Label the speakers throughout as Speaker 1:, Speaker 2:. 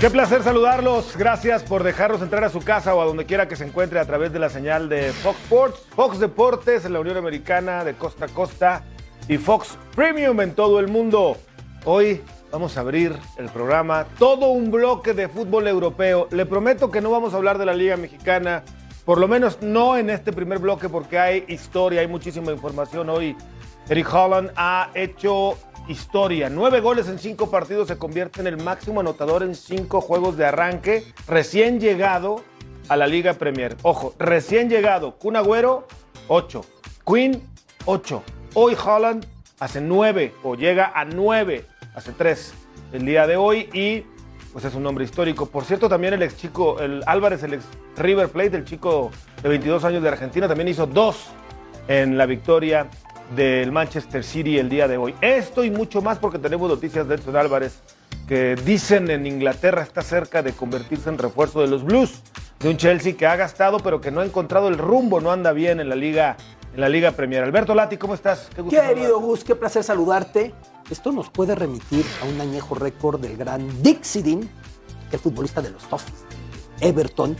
Speaker 1: Qué placer saludarlos. Gracias por dejarnos entrar a su casa o a donde quiera que se encuentre a través de la señal de Fox Sports, Fox Deportes en la Unión Americana de costa a costa y Fox Premium en todo el mundo. Hoy vamos a abrir el programa todo un bloque de fútbol europeo. Le prometo que no vamos a hablar de la Liga Mexicana, por lo menos no en este primer bloque porque hay historia, hay muchísima información hoy. Eric Holland ha hecho historia. Nueve goles en cinco partidos se convierte en el máximo anotador en cinco juegos de arranque, recién llegado a la Liga Premier. Ojo, recién llegado. Kun Agüero, ocho. Queen, ocho. Hoy Holland hace nueve, o llega a nueve, hace tres el día de hoy y pues es un nombre histórico. Por cierto, también el ex chico, el Álvarez, el ex River Plate, el chico de 22 años de Argentina, también hizo dos en la victoria del Manchester City el día de hoy. Esto y mucho más porque tenemos noticias de Edson Álvarez que dicen en Inglaterra está cerca de convertirse en refuerzo de los Blues, de un Chelsea que ha gastado pero que no ha encontrado el rumbo, no anda bien en la liga en la liga Premier. Alberto Lati, ¿cómo estás?
Speaker 2: Qué gusto Querido saludarte. Gus, qué placer saludarte. Esto nos puede remitir a un añejo récord del gran Dick Sidin, el futbolista de los Toffees, Everton,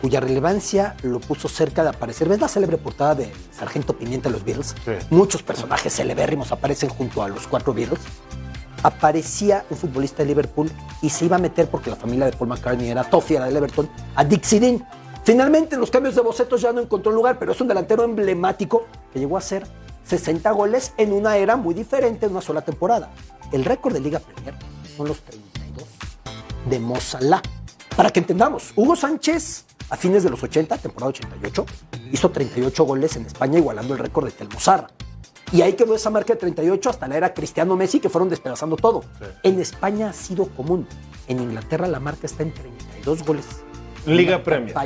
Speaker 2: cuya relevancia lo puso cerca de aparecer. ¿Ves la célebre portada de Sargento Pimienta de los Beatles? Sí. Muchos personajes celebérrimos aparecen junto a los cuatro Beatles. Aparecía un futbolista de Liverpool y se iba a meter, porque la familia de Paul McCartney era Toffee, era del Everton, a Dixie Dean. Finalmente, en los cambios de bocetos ya no encontró lugar, pero es un delantero emblemático que llegó a hacer 60 goles en una era muy diferente en una sola temporada. El récord de Liga Premier son los 32 de Mo Salah. Para que entendamos, Hugo Sánchez a fines de los 80, temporada 88, hizo 38 goles en España, igualando el récord de Telmo Zarra. Y ahí quedó esa marca de 38 hasta la era Cristiano Messi, que fueron despedazando todo. Sí. En España ha sido común. En Inglaterra la marca está en 32 goles.
Speaker 1: Liga Premier.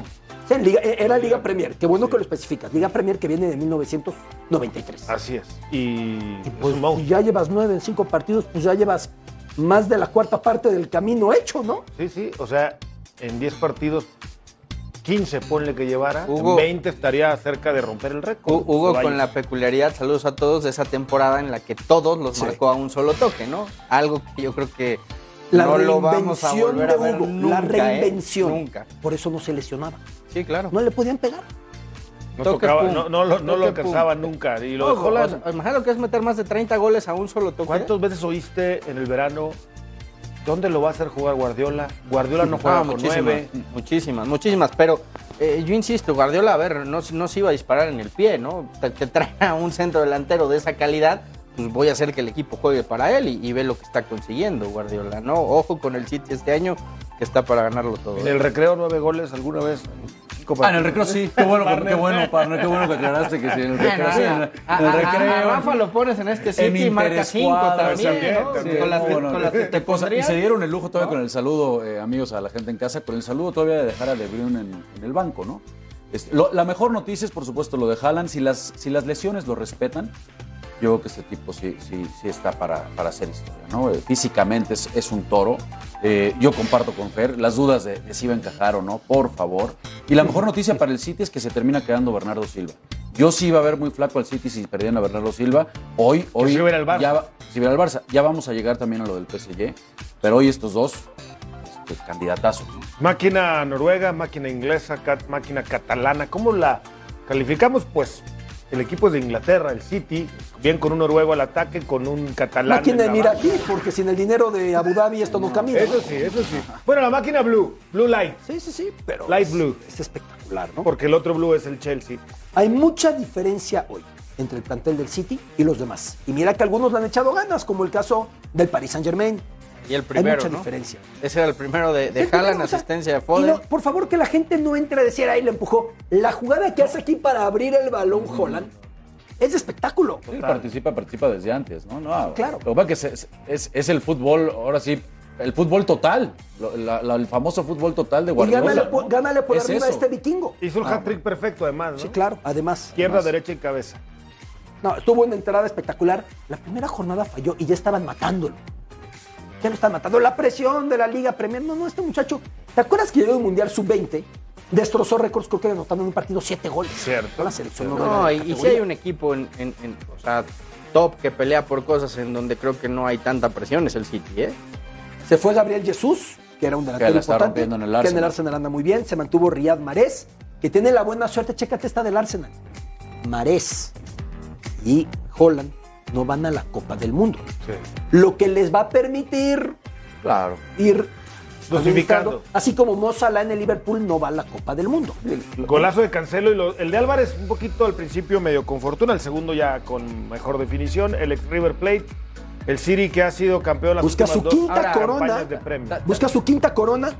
Speaker 2: Sí, Liga, eh, era Liga Premier. Qué bueno sí. que lo especificas. Liga Premier que viene de 1993.
Speaker 1: Así es. Y,
Speaker 2: y pues, si ya llevas nueve en cinco partidos, pues ya llevas más de la cuarta parte del camino hecho, ¿no?
Speaker 1: Sí, sí. O sea, en 10 partidos 15 ponle que llevara, Hugo, en 20 estaría cerca de romper el récord.
Speaker 3: Hugo con la peculiaridad, saludos a todos, de esa temporada en la que todos los sí. marcó a un solo toque, ¿no? Algo que yo creo que
Speaker 2: la
Speaker 3: no
Speaker 2: reinvención
Speaker 3: lo vamos a volver
Speaker 2: de
Speaker 3: a ver
Speaker 2: Hugo, la
Speaker 3: nunca,
Speaker 2: reinvención.
Speaker 3: Eh, nunca.
Speaker 2: Por eso no se lesionaba.
Speaker 3: Sí, claro.
Speaker 2: No le podían pegar.
Speaker 1: No, tocaba, no, no, lo, no lo alcanzaba nunca. Y lo Ojo,
Speaker 3: dejó la... o sea, imagínate lo que es meter más de 30 goles a un solo toque.
Speaker 1: ¿Cuántas veces oíste en el verano ¿Dónde lo va a hacer jugar Guardiola? Guardiola no juega ah, con
Speaker 3: muchísimas,
Speaker 1: nueve.
Speaker 3: Muchísimas, muchísimas. Pero eh, yo insisto, Guardiola, a ver, no, no, se iba a disparar en el pie, ¿no? Te, te trae a un centro delantero de esa calidad, pues voy a hacer que el equipo juegue para él y, y, ve lo que está consiguiendo Guardiola, ¿no? Ojo con el City este año, que está para ganarlo todo.
Speaker 1: En el recreo, nueve goles alguna vez.
Speaker 4: Ah, en el recreo sí. Qué bueno, qué bueno, partner, qué bueno que aclaraste que sí.
Speaker 3: Ah,
Speaker 4: En el recreo sí. En, el, en el recreo. A,
Speaker 3: a, a ah, Rafa lo pones en este sitio y marca 5 también. ¿no? Sí, con las, bueno, con las que te
Speaker 4: y se dieron el lujo todavía ¿no? con el saludo, eh, amigos, a la gente en casa, con el saludo todavía de dejar a De Bruyne en, en el banco, ¿no? Este, lo, la mejor noticia es, por supuesto, lo de Haaland. Si las, si las lesiones lo respetan, yo creo que este tipo sí, sí, sí está para, para hacer historia, ¿no? Eh, físicamente es, es, un toro. Eh, yo comparto con Fer las dudas de, de, si va a encajar o no, por favor. Y la mejor noticia para el City es que se termina quedando Bernardo Silva. Yo sí iba a ver muy flaco al City si perdían a Bernardo Silva. Hoy, hoy.
Speaker 1: Si al Barça.
Speaker 4: Ya, si al Barça. Ya vamos a llegar también a lo del PSG. Pero hoy estos dos, este, candidatazos. ¿no?
Speaker 1: Máquina noruega, máquina inglesa, cat, máquina catalana. ¿Cómo la calificamos? Pues el equipo es de Inglaterra, el City, bien con un noruego al ataque, con un catalán.
Speaker 2: Máquina de mira aquí, porque sin el dinero de Abu Dhabi esto no, no camina.
Speaker 1: Eso sí, eso sí. Bueno, la máquina blue, blue light.
Speaker 2: Sí, sí, sí, pero
Speaker 1: light blue.
Speaker 2: Es, es espectacular, ¿no?
Speaker 1: Porque el otro blue es el Chelsea.
Speaker 2: Hay mucha diferencia hoy. entre el plantel del City y los demás. Y mira que algunos le han echado ganas, como el caso del Paris Saint Germain.
Speaker 3: Y el primero,
Speaker 2: Hay mucha
Speaker 3: ¿no?
Speaker 2: diferencia.
Speaker 3: Ese era el primero de, de
Speaker 2: Sí, pero,
Speaker 3: Haaland,
Speaker 2: o sea,
Speaker 3: asistencia de
Speaker 2: y
Speaker 3: Foden.
Speaker 2: no, por favor, que la gente no entre a decir ahí le empujó. La jugada que hace aquí para abrir el balón Holland es de espectáculo.
Speaker 4: Sí, participa, participa desde antes, ¿no? no
Speaker 2: Ah, Claro.
Speaker 4: Lo que pasa es que se- se- es, es el fútbol, ahora sí, el fútbol total, lo- la- la- el famoso fútbol total de
Speaker 2: Y
Speaker 4: Guardiola.
Speaker 2: gánale, por-
Speaker 4: ¿no?
Speaker 2: gánale por
Speaker 4: Es
Speaker 2: arriba a
Speaker 4: eso.
Speaker 2: este vikingo.
Speaker 1: Hizo
Speaker 4: Ah,
Speaker 1: el hat-trick perfecto, además, ¿no?
Speaker 2: Sí, claro, además.
Speaker 1: Izquierda,
Speaker 2: además.
Speaker 1: derecha y cabeza.
Speaker 2: No, tuvo una entrada espectacular. La primera jornada falló y ya estaban matándolo. Ya lo están matando. La presión de la Liga Premier. No, no, este muchacho. ¿Te acuerdas que llegó el Mundial Sub-20? Destrozó récords, creo que anotando en un partido siete goles.
Speaker 1: Cierto.
Speaker 2: Con la selección
Speaker 3: No,
Speaker 2: noruega de
Speaker 3: y,
Speaker 2: la
Speaker 3: y si
Speaker 2: categoría.
Speaker 3: hay un equipo en, en- en, o sea, top que pelea por cosas en donde creo que no hay tanta presión es el City, ¿eh?
Speaker 2: Se fue Gabriel Jesús, que era un delantero
Speaker 4: la está
Speaker 2: importante,
Speaker 4: rompiendo en el
Speaker 2: que en el
Speaker 4: Arsenal.
Speaker 2: Arsenal anda muy bien. Se mantuvo Riyad Marés, que tiene la buena suerte. Chécate esta del Arsenal. Marés y Holland no van a la Copa del Mundo. Lo que les va a permitir
Speaker 3: Claro.
Speaker 2: ir
Speaker 1: Dosificando.
Speaker 2: aumentando, Así como Mo Salah en el Liverpool no va a la Copa del Mundo.
Speaker 1: Golazo de Cancelo y lo- el de Álvarez un poquito al principio medio con fortuna, el segundo ya con mejor definición, el ex River Plate, el City que ha sido campeón las
Speaker 2: Busca
Speaker 1: últimas
Speaker 2: su
Speaker 1: dos
Speaker 2: quinta corona.
Speaker 1: campañas de premio.
Speaker 2: Busca su quinta corona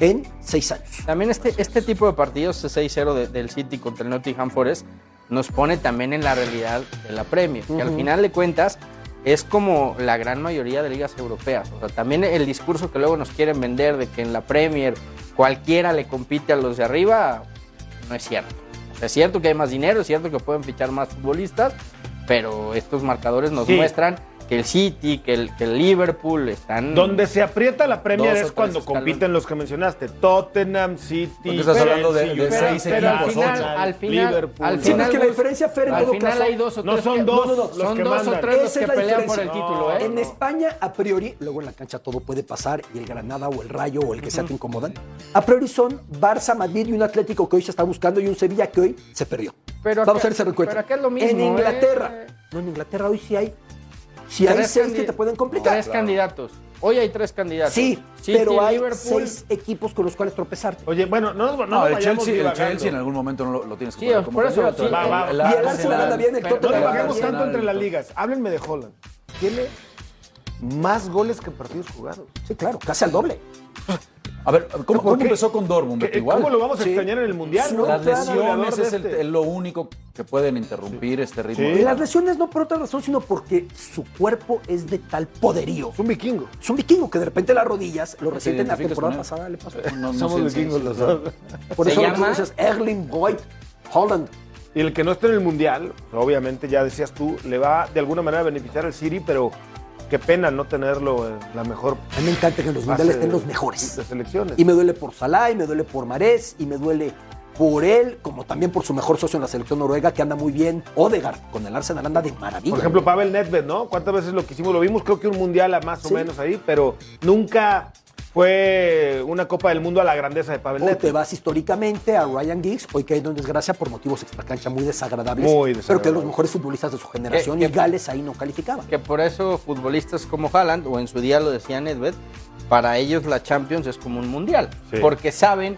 Speaker 2: en seis años.
Speaker 3: También este, este tipo de partidos, este 6-0 de- del City contra el Nottingham Forest, nos pone también en la realidad de la Premier, que al final de cuentas es como la gran mayoría de ligas europeas. O sea, también el discurso que luego nos quieren vender de que en la Premier cualquiera le compite a los de arriba, no es cierto. O sea, es cierto que hay más dinero, es cierto que pueden fichar más futbolistas, pero estos marcadores nos
Speaker 1: Sí.
Speaker 3: muestran que el City, que el, que el Liverpool están...
Speaker 1: Donde se aprieta la Premier
Speaker 3: Dos o
Speaker 1: es
Speaker 3: tres
Speaker 1: cuando
Speaker 3: escalones.
Speaker 1: compiten los que mencionaste, Tottenham, City,
Speaker 4: Porque estás hablando de-
Speaker 1: Chelsea,
Speaker 4: de
Speaker 1: United,
Speaker 4: seis
Speaker 3: Pero al
Speaker 4: equipos,
Speaker 3: final,
Speaker 4: ocho.
Speaker 3: al final,
Speaker 1: Liverpool.
Speaker 3: al
Speaker 1: Sí,
Speaker 2: Sí, no,
Speaker 3: final
Speaker 2: es que la
Speaker 3: los-
Speaker 2: diferencia, Fer, en
Speaker 3: al
Speaker 2: todo
Speaker 3: final
Speaker 2: caso-
Speaker 3: hay dos o
Speaker 1: No
Speaker 3: tres.
Speaker 1: son
Speaker 3: que- no,
Speaker 1: dos
Speaker 3: no, no,
Speaker 1: los
Speaker 3: son
Speaker 1: que
Speaker 3: dos
Speaker 1: mandan.
Speaker 3: o tres los
Speaker 2: Esa
Speaker 3: que
Speaker 2: es la
Speaker 3: pelean por el
Speaker 2: diferencia.
Speaker 3: título, ¿eh?
Speaker 2: En España, a priori, luego en la cancha todo puede pasar y el Granada o el Rayo o el que sea te incomodan. A priori son Barça, Madrid y un Atlético que hoy se está buscando y un Sevilla que hoy se perdió.
Speaker 3: Pero
Speaker 2: Vamos
Speaker 3: acá-
Speaker 2: a ver si recuerda.
Speaker 3: pero acá es lo mismo,
Speaker 2: En Inglaterra.
Speaker 3: ¿eh?
Speaker 2: No, en Inglaterra hoy sí hay. Si hay
Speaker 3: Tres
Speaker 2: seis
Speaker 3: candi-
Speaker 2: que te pueden complicar.
Speaker 3: Tres candidatos. Hoy hay tres candidatos.
Speaker 2: Sí,
Speaker 3: City,
Speaker 2: pero hay
Speaker 3: Liverpool.
Speaker 2: seis equipos con los cuales tropezarte.
Speaker 1: Oye, bueno, no, no,
Speaker 4: No,
Speaker 1: no
Speaker 4: el
Speaker 1: vayamos
Speaker 4: Chelsea, el
Speaker 1: divagando.
Speaker 4: Chelsea en algún momento no lo, lo tienes que
Speaker 3: Sí,
Speaker 4: poner
Speaker 3: por eso,
Speaker 4: candidato.
Speaker 3: sí.
Speaker 1: Va, va,
Speaker 4: El
Speaker 1: va.
Speaker 2: Y el Arsenal anda bien, el
Speaker 3: Pero
Speaker 2: Tottenham
Speaker 1: No
Speaker 2: anda
Speaker 1: divagamos
Speaker 2: bien.
Speaker 1: tanto entre las ligas. Háblenme de Holland. Tiene más goles que partidos jugados.
Speaker 2: Sí, claro, casi al doble.
Speaker 4: A ver, ¿cómo,
Speaker 1: ¿Por
Speaker 4: cómo
Speaker 1: qué?
Speaker 4: empezó con Dortmund?
Speaker 1: ¿Qué-
Speaker 4: Igual.
Speaker 1: ¿Cómo lo vamos a
Speaker 2: Sí.
Speaker 1: extrañar en el Mundial?
Speaker 2: Sí,
Speaker 1: no?
Speaker 4: Las
Speaker 2: Claro,
Speaker 4: lesiones
Speaker 1: de
Speaker 4: es el-
Speaker 1: este.
Speaker 4: el- lo único que pueden interrumpir este ritmo.
Speaker 1: Sí.
Speaker 4: de-
Speaker 2: Las lesiones no por otra razón, sino porque su cuerpo es de tal poderío.
Speaker 1: Es un vikingo.
Speaker 2: Es un vikingo que de repente las rodillas lo
Speaker 4: ¿Te
Speaker 2: resienten. La
Speaker 4: identificas
Speaker 2: temporada
Speaker 4: con él?
Speaker 2: pasada le pasó.
Speaker 4: No, no,
Speaker 1: Somos
Speaker 4: sí, sí,
Speaker 1: vikingos
Speaker 4: sí.
Speaker 1: los dos.
Speaker 2: Por
Speaker 3: ¿Se
Speaker 2: eso
Speaker 3: llama?
Speaker 2: tú dices Erling Boyd Holland.
Speaker 1: Y el que no esté en el Mundial, pues, obviamente ya decías tú, le va de alguna manera a beneficiar al City, pero qué pena no tenerlo en la mejor
Speaker 2: A mí me encanta que en los
Speaker 1: fase
Speaker 2: mundiales estén
Speaker 1: de-
Speaker 2: los mejores.
Speaker 1: de selecciones.
Speaker 2: Y me duele por Salah, y me duele por Marés, y me duele por él, como también por su mejor socio en la selección noruega, que anda muy bien. Odegaard, con el Arsenal anda de maravilla.
Speaker 1: Por ejemplo, Pavel Nedved, ¿no? ¿Cuántas veces lo quisimos? Lo vimos creo que un Mundial a más o
Speaker 2: Sí.
Speaker 1: menos ahí, pero nunca fue una Copa del Mundo a la grandeza de Pavel
Speaker 2: O te
Speaker 1: Nedved.
Speaker 2: vas históricamente a Ryan Giggs, hoy caído en desgracia por motivos extracancha muy desagradables,
Speaker 1: Muy
Speaker 2: pero que es
Speaker 1: desagradables.
Speaker 2: los mejores futbolistas de
Speaker 4: Eh,
Speaker 2: su generación
Speaker 3: ¿Qué-
Speaker 2: y
Speaker 3: qué-
Speaker 2: Gales ahí no calificaba.
Speaker 3: Que por eso futbolistas como Haaland, o en su día lo decía Nedved, para ellos la Champions es como un mundial.
Speaker 1: Sí.
Speaker 3: Porque saben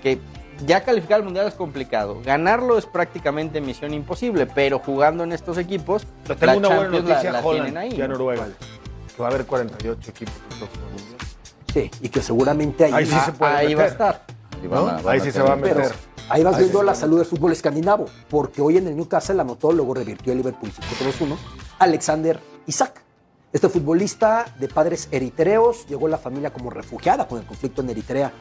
Speaker 3: que ya calificar al mundial es complicado. Ganarlo es prácticamente misión imposible, pero jugando en estos equipos,
Speaker 1: Le
Speaker 3: la
Speaker 1: Tengo una buena
Speaker 3: Champions
Speaker 1: noticia
Speaker 3: la,
Speaker 1: a
Speaker 3: la tienen
Speaker 1: Holland
Speaker 3: ahí.
Speaker 1: y a
Speaker 3: ¿no?
Speaker 1: Noruega. Que va a haber 48 equipos el próximo Mundial.
Speaker 2: Sí, y que seguramente ahí,
Speaker 1: Ahí sí
Speaker 2: Ah,
Speaker 1: se puede
Speaker 3: ahí
Speaker 1: meter.
Speaker 3: va a estar.
Speaker 4: Y van a-
Speaker 1: ¿no?
Speaker 4: van
Speaker 1: Ahí
Speaker 4: a
Speaker 1: sí se
Speaker 4: tener-
Speaker 1: va a meter.
Speaker 2: Pero ahí vas viendo la salud del fútbol escandinavo, porque hoy en el Newcastle anotó, luego revirtió el Liverpool 5-2-1, Alexander Isaac. Este futbolista de padres eritreos llegó la familia como refugiada con el conflicto en Eritrea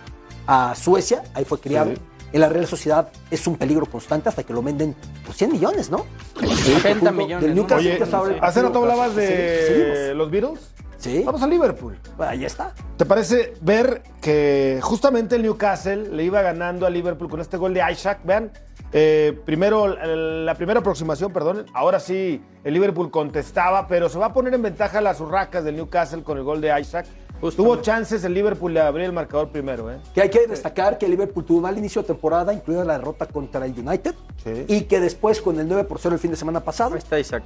Speaker 2: a Suecia, ahí fue criado. En la Real Sociedad es un peligro constante hasta que lo venden por 100 millones, ¿no? Este
Speaker 3: 70 millones,
Speaker 2: Del
Speaker 3: ¿no?
Speaker 2: Newcastle,
Speaker 1: Oye,
Speaker 2: que es ahora el
Speaker 1: hace rato
Speaker 2: Newcastle.
Speaker 1: hablabas de
Speaker 2: Seguimos,
Speaker 1: los Beatles.
Speaker 2: Sí.
Speaker 1: Vamos a Liverpool.
Speaker 2: seguimos. Ahí está.
Speaker 1: ¿Te parece ver que justamente el Newcastle le iba ganando a Liverpool con este gol de Isaac? Vean, eh, primero, el- la primera aproximación, perdón, ahora sí el Liverpool contestaba, pero se va a poner en ventaja las urracas del Newcastle con el gol de Isaac. Tuvo chances el Liverpool de abrir el marcador primero, ¿eh?
Speaker 2: Que hay que destacar que Liverpool tuvo mal inicio de temporada, incluida la derrota contra el United,
Speaker 1: Sí.
Speaker 2: y que después con el 9 por 0 el fin de semana pasado,
Speaker 3: Ahí está Isaac.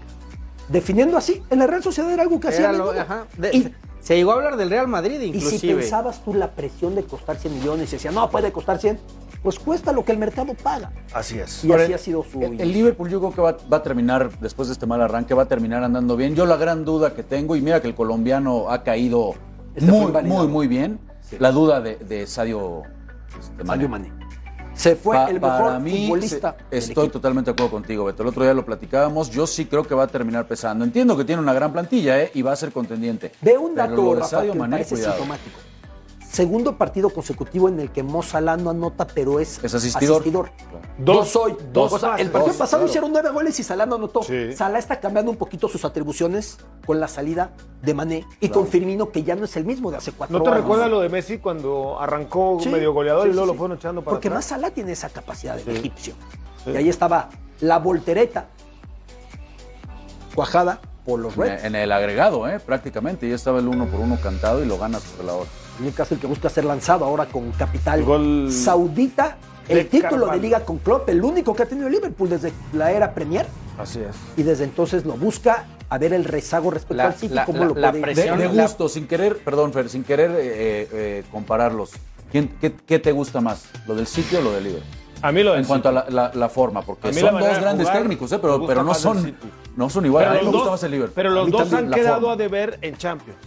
Speaker 2: definiendo así, en la Real Sociedad era algo que hacía
Speaker 3: Era lo-
Speaker 2: menudo.
Speaker 3: ajá, de-
Speaker 2: y
Speaker 3: Se llegó a hablar del Real Madrid
Speaker 2: Y
Speaker 3: inclusive.
Speaker 2: si pensabas tú la presión de costar 100 millones y decía, no, puede costar 100, pues cuesta lo que el mercado paga.
Speaker 1: Así es.
Speaker 2: Y así ha sido su...
Speaker 4: El, el Liverpool yo creo que va, va a terminar, después de este mal arranque, va a terminar andando bien. Yo la gran duda que tengo, y mira que el colombiano ha caído
Speaker 2: Este fue
Speaker 4: muy,
Speaker 2: invalidado.
Speaker 4: muy, muy bien,
Speaker 2: Sí.
Speaker 4: la duda de, de Sadio, este, Mané.
Speaker 2: Sadio Mané. Se fue
Speaker 4: Pa-
Speaker 2: el mejor
Speaker 4: para mí,
Speaker 2: futbolista.
Speaker 4: se-
Speaker 2: del
Speaker 4: estoy
Speaker 2: equipo.
Speaker 4: totalmente de acuerdo contigo, Beto. El otro día lo platicábamos. Yo sí creo que va a terminar pesando. Entiendo que tiene una gran plantilla ¿eh? y va a ser contendiente.
Speaker 2: Ve un
Speaker 4: Pero
Speaker 2: dato,
Speaker 4: lo de
Speaker 2: Rafa, que
Speaker 4: Sadio
Speaker 2: me
Speaker 4: Mané,
Speaker 2: parece
Speaker 4: cuidado.
Speaker 2: sintomático. Segundo partido consecutivo en el que Mo Salah no anota, pero es,
Speaker 4: Es asistidor. Claro.
Speaker 2: Dos, hoy. Dos,
Speaker 1: dos
Speaker 2: o sea,
Speaker 1: más,
Speaker 2: el partido
Speaker 4: dos,
Speaker 2: pasado
Speaker 4: claro.
Speaker 2: hicieron nueve goles y Salah no anotó.
Speaker 1: Sí.
Speaker 2: Salah está cambiando un poquito sus atribuciones con la salida de Mané y con Firmino, que ya no es el mismo de hace cuatro
Speaker 1: ¿No te
Speaker 2: años.
Speaker 1: recuerda lo de Messi cuando arrancó
Speaker 2: Sí,
Speaker 1: medio goleador
Speaker 2: sí,
Speaker 1: y
Speaker 2: sí,
Speaker 1: luego lo
Speaker 2: sí.
Speaker 1: fueron echando para
Speaker 2: Porque
Speaker 1: atrás?
Speaker 2: más Salah tiene esa capacidad del
Speaker 1: Sí.
Speaker 2: egipcio.
Speaker 1: Sí.
Speaker 2: Y ahí estaba la voltereta cuajada por los
Speaker 4: En,
Speaker 2: Reds.
Speaker 4: en el agregado, ¿eh? prácticamente. Ya estaba el uno por uno cantado y lo ganas sobre la hora.
Speaker 2: En el caso el que busca ser lanzado ahora con capital
Speaker 1: El gol
Speaker 2: saudita,
Speaker 1: de
Speaker 2: el título de
Speaker 1: Carvalho.
Speaker 2: liga con Klopp, el único que ha tenido Liverpool desde la era Premier
Speaker 1: Así es.
Speaker 2: y desde entonces lo busca a ver el rezago respecto
Speaker 3: La-
Speaker 2: al City
Speaker 3: la-
Speaker 2: cómo
Speaker 3: la-
Speaker 2: lo
Speaker 3: la
Speaker 2: puede
Speaker 4: De,
Speaker 3: presión.
Speaker 4: de
Speaker 3: la-
Speaker 4: gusto, sin querer, perdón, Fer, sin querer eh, eh, compararlos. ¿Quién- qué, qué te gusta más? ¿Lo del sitio o lo del líder?
Speaker 1: A mí lo
Speaker 4: En
Speaker 1: del
Speaker 4: cuanto a
Speaker 1: City.
Speaker 4: la, la- la forma,
Speaker 1: A
Speaker 4: porque
Speaker 1: mí
Speaker 4: son
Speaker 1: la
Speaker 4: dos
Speaker 1: manera de
Speaker 4: grandes
Speaker 1: jugar
Speaker 4: técnicos, ¿eh?
Speaker 1: me
Speaker 4: pero,
Speaker 1: gusta
Speaker 4: pero no,
Speaker 1: más del
Speaker 4: son,
Speaker 1: City.
Speaker 4: no son iguales. a mí
Speaker 1: los
Speaker 4: me gusta
Speaker 1: dos-
Speaker 4: más el Liverpool.
Speaker 1: pero
Speaker 4: A
Speaker 1: los
Speaker 4: mí
Speaker 1: dos
Speaker 4: también
Speaker 1: han
Speaker 4: la
Speaker 1: quedado
Speaker 4: forma.
Speaker 1: a deber en Champions.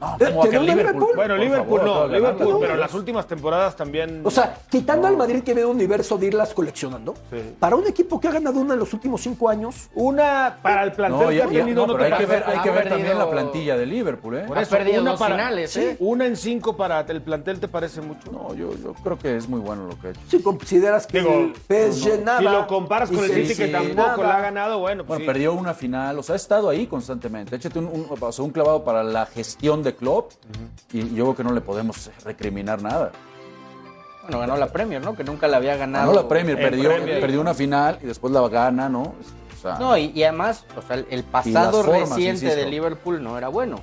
Speaker 4: No,
Speaker 2: ¿Te-
Speaker 4: ¿cómo
Speaker 2: te
Speaker 4: que
Speaker 2: ganó Liverpool?
Speaker 1: Bueno,
Speaker 4: Por
Speaker 1: Liverpool
Speaker 4: favor,
Speaker 1: no,
Speaker 4: acaba de ganar.
Speaker 1: Liverpool,
Speaker 4: No,
Speaker 1: pero
Speaker 4: no.
Speaker 1: las últimas temporadas también.
Speaker 2: O sea, quitando al Madrid que ve un universo de irlas coleccionando,
Speaker 1: Sí.
Speaker 2: para un equipo que ha ganado una en los últimos cinco años,
Speaker 1: una para el plantel
Speaker 4: No,
Speaker 1: que
Speaker 4: ya-
Speaker 1: ha
Speaker 4: ya-
Speaker 1: tenido
Speaker 4: no,
Speaker 1: no
Speaker 4: pero hay
Speaker 1: te
Speaker 4: que ver,
Speaker 1: parece.
Speaker 4: hay que
Speaker 3: ha
Speaker 4: ver también
Speaker 3: perdido-
Speaker 4: la plantilla de Liverpool, ¿eh?
Speaker 1: Por
Speaker 3: Ha
Speaker 1: eso,
Speaker 3: perdido
Speaker 1: una
Speaker 3: dos
Speaker 1: para-
Speaker 3: finales,
Speaker 1: sí,
Speaker 3: ¿eh?
Speaker 1: Una en cinco para el plantel te parece mucho.
Speaker 4: No, yo, yo creo que es muy bueno lo que ha hecho.
Speaker 2: si consideras que
Speaker 1: Digo,
Speaker 2: el PSG nada,
Speaker 1: si lo comparas
Speaker 2: y
Speaker 1: con el
Speaker 2: se-
Speaker 1: City que
Speaker 4: sí.
Speaker 1: tampoco la
Speaker 2: nada.
Speaker 1: ha ganado, bueno,
Speaker 4: Bueno,
Speaker 1: pues sí.
Speaker 4: perdió una final, o sea, ha estado ahí constantemente. Échate un, un- o sea, un clavado para la gestión de Klopp y yo creo que no le podemos recriminar nada.
Speaker 3: Bueno, ganó la Premier, ¿no? Que nunca la había ganado.
Speaker 4: Ganó la Premier,
Speaker 1: en
Speaker 4: perdió,
Speaker 1: Premier.
Speaker 4: perdió una final y después la gana, ¿no? O sea,
Speaker 3: No, y, y además, o sea, el- el pasado
Speaker 4: las formas,
Speaker 3: reciente de
Speaker 4: insisto.
Speaker 3: Liverpool no era bueno.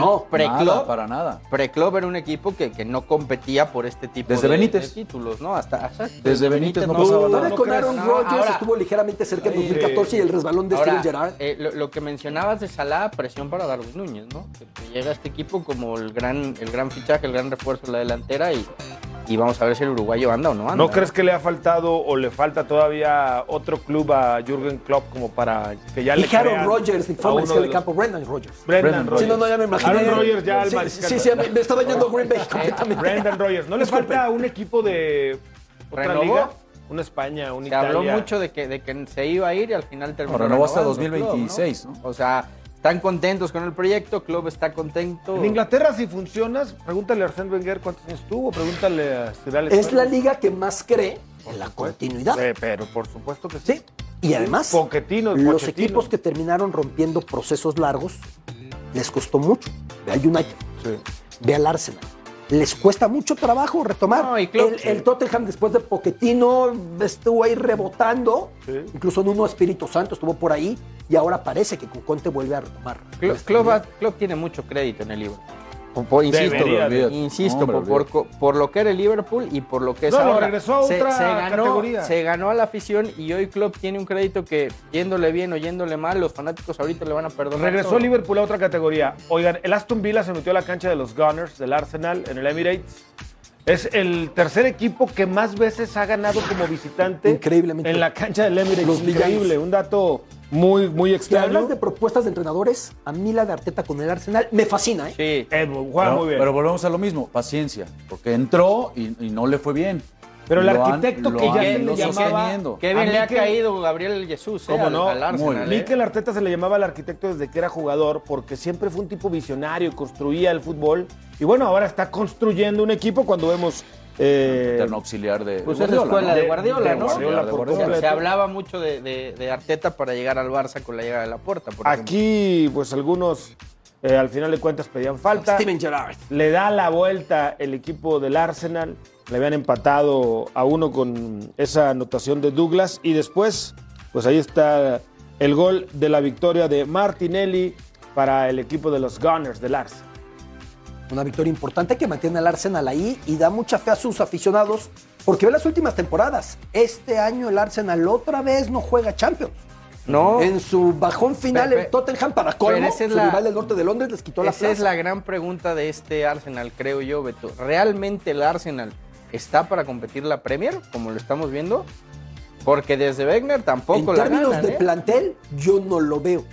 Speaker 4: no,
Speaker 3: pre
Speaker 4: nada, para nada.
Speaker 3: Preclub era un equipo que, que no competía por este tipo
Speaker 4: Desde
Speaker 3: de,
Speaker 4: Benítez.
Speaker 3: de títulos, ¿no? Hasta, hasta-
Speaker 4: Desde Benítez no pasaba
Speaker 2: Todavía
Speaker 4: nada.
Speaker 1: no
Speaker 2: con
Speaker 1: creas,
Speaker 2: Aaron
Speaker 3: no,
Speaker 2: Rodgers
Speaker 3: ahora- eh,
Speaker 2: estuvo ligeramente cerca en
Speaker 1: Sí.
Speaker 2: 2014 y el resbalón de
Speaker 3: Ahora,
Speaker 2: Steven Gerrard.
Speaker 3: eh, lo, lo que mencionabas de Salah, presión para Darwin Núñez, ¿no? Que, que llega este equipo como el gran, el gran fichaje, el gran refuerzo en la delantera y, y vamos a ver si el uruguayo anda o no anda.
Speaker 1: ¿No crees que le ha faltado o le falta todavía otro club a Jürgen Klopp como para que ya le
Speaker 2: Y Aaron
Speaker 1: crean
Speaker 2: Rodgers, y
Speaker 1: a
Speaker 2: fue
Speaker 1: uno
Speaker 2: mariscal
Speaker 1: de
Speaker 2: de
Speaker 1: los-
Speaker 2: campo, Brendan Rodgers.
Speaker 1: Brendan
Speaker 4: Rodgers.
Speaker 2: Si no, no, ya me imaginé.
Speaker 1: Aaron Rodgers ya al
Speaker 2: Sí,
Speaker 1: mariscal.
Speaker 2: sí, sí, me, me estaba yendo Green Bay completamente.
Speaker 1: Brendan Rodgers. ¿No le
Speaker 2: Disculpe.
Speaker 1: falta un equipo de otra
Speaker 3: ¿Renovó?
Speaker 1: liga? Una España, una
Speaker 3: Se
Speaker 1: Italia.
Speaker 3: habló mucho de que, de que se iba a ir y al final terminó.
Speaker 4: No, renovó hasta
Speaker 3: renovando el club,
Speaker 4: 2026, ¿no?
Speaker 3: O sea, están contentos con el proyecto, Club está contento.
Speaker 1: En Inglaterra, si funcionas, pregúntale a Arsène Wenger cuántos años tuvo, pregúntale a Sir Alex
Speaker 2: Es la
Speaker 1: Ferguson.
Speaker 2: liga que más cree en la continuidad.
Speaker 1: Eh, pero por supuesto que sí.
Speaker 2: Sí. Y además,
Speaker 1: Pochettino,
Speaker 2: los
Speaker 1: Pochettino.
Speaker 2: equipos que terminaron rompiendo procesos largos les costó mucho. Ve al United, ve al Arsenal. Les cuesta mucho trabajo retomar.
Speaker 3: No, y Klopp,
Speaker 2: el,
Speaker 3: sí.
Speaker 2: el Tottenham después de Poquetino estuvo ahí rebotando.
Speaker 1: Sí.
Speaker 2: Incluso en uno Espíritu Santo estuvo por ahí. Y ahora parece que con Conte vuelve a retomar.
Speaker 3: Cl- Klopp, ha- Klopp tiene mucho crédito en el Liverpool. Por- por- insisto,
Speaker 1: Debería de-
Speaker 3: insisto
Speaker 4: Hombre,
Speaker 3: por, por
Speaker 4: olvídate.
Speaker 3: co- por lo que era el Liverpool y por lo que es
Speaker 1: No, lo
Speaker 3: ahora.
Speaker 1: regresó a otra
Speaker 3: ganó,
Speaker 1: categoría.
Speaker 3: Se ganó a la afición y hoy Klopp tiene un crédito que yéndole bien o yéndole mal, los fanáticos ahorita le van a perdonar.
Speaker 1: Pues Regresó
Speaker 3: todo.
Speaker 1: Liverpool a otra categoría. Oigan, el Aston Villa se metió a la cancha de los Gunners del Arsenal en el Emirates. Es el tercer equipo que más veces ha ganado como visitante
Speaker 2: Increíblemente.
Speaker 1: en la cancha del Emirates.
Speaker 2: Los
Speaker 1: Increíble,
Speaker 2: villanos.
Speaker 1: un dato muy, muy
Speaker 2: Si hablas
Speaker 1: extraño.
Speaker 2: de propuestas de entrenadores, a mí la de Arteta con el Arsenal me fascina. ¿eh?
Speaker 3: Sí.
Speaker 1: Eh, juega
Speaker 4: pero,
Speaker 1: muy bien.
Speaker 4: pero volvemos a lo mismo, paciencia, porque entró y, y no le fue bien.
Speaker 1: Pero el
Speaker 4: Y lo han-
Speaker 1: arquitecto
Speaker 4: lo
Speaker 1: que ya
Speaker 4: han
Speaker 1: se
Speaker 3: Qué-
Speaker 1: le
Speaker 4: ido
Speaker 3: qué-
Speaker 1: llamaba-
Speaker 4: sosteniendo.
Speaker 3: Qué
Speaker 1: A
Speaker 3: bien
Speaker 1: mí
Speaker 3: le ha
Speaker 1: que-
Speaker 3: caído Gabriel Jesús eh,
Speaker 1: ¿Cómo
Speaker 3: al,
Speaker 1: no?
Speaker 3: al Arsenal,
Speaker 4: Muy bien.
Speaker 3: eh.
Speaker 1: Mikel Arteta se le llamaba al arquitecto desde que era jugador porque siempre fue un tipo visionario y construía el fútbol. Y bueno, ahora está construyendo un equipo cuando vemos. eh,
Speaker 4: Eterno auxiliar de.
Speaker 3: Pues
Speaker 4: de
Speaker 3: es la
Speaker 4: Guardiola,
Speaker 3: escuela
Speaker 4: ¿no?
Speaker 3: de Guardiola,
Speaker 1: de
Speaker 3: ¿no?
Speaker 1: Guardiola
Speaker 4: De
Speaker 1: por
Speaker 4: Guardiola.
Speaker 3: Se,
Speaker 1: completo.
Speaker 3: se hablaba mucho de, de- de Arteta para llegar al Barça con la llegada de la puerta.
Speaker 1: aquí, pues algunos eh, al final de cuentas pedían falta.
Speaker 2: Steven Gerrard.
Speaker 1: Le da la vuelta el equipo del Arsenal. Le habían empatado a uno con esa anotación de Douglas. Y después, pues ahí está el gol de la victoria de Martinelli para el equipo de los Gunners del Arsenal.
Speaker 2: Una victoria importante que mantiene al Arsenal ahí y da mucha fe a sus aficionados porque ve las últimas temporadas. Este año el Arsenal otra vez no juega Champions.
Speaker 3: ¿no?
Speaker 2: En su bajón final
Speaker 3: Pero-
Speaker 2: en Tottenham para colmo,
Speaker 3: pero esa es
Speaker 2: su
Speaker 3: la-
Speaker 2: rival del norte de Londres les quitó la
Speaker 3: Esa es
Speaker 2: plaza.
Speaker 3: la gran pregunta de este Arsenal, creo yo, Beto. ¿Realmente el Arsenal está para competir la Premier, como lo estamos viendo? Porque desde Wegner tampoco
Speaker 2: en
Speaker 3: la
Speaker 2: términos
Speaker 3: ganan,
Speaker 2: de
Speaker 3: ¿eh?
Speaker 2: plantel, yo no lo veo.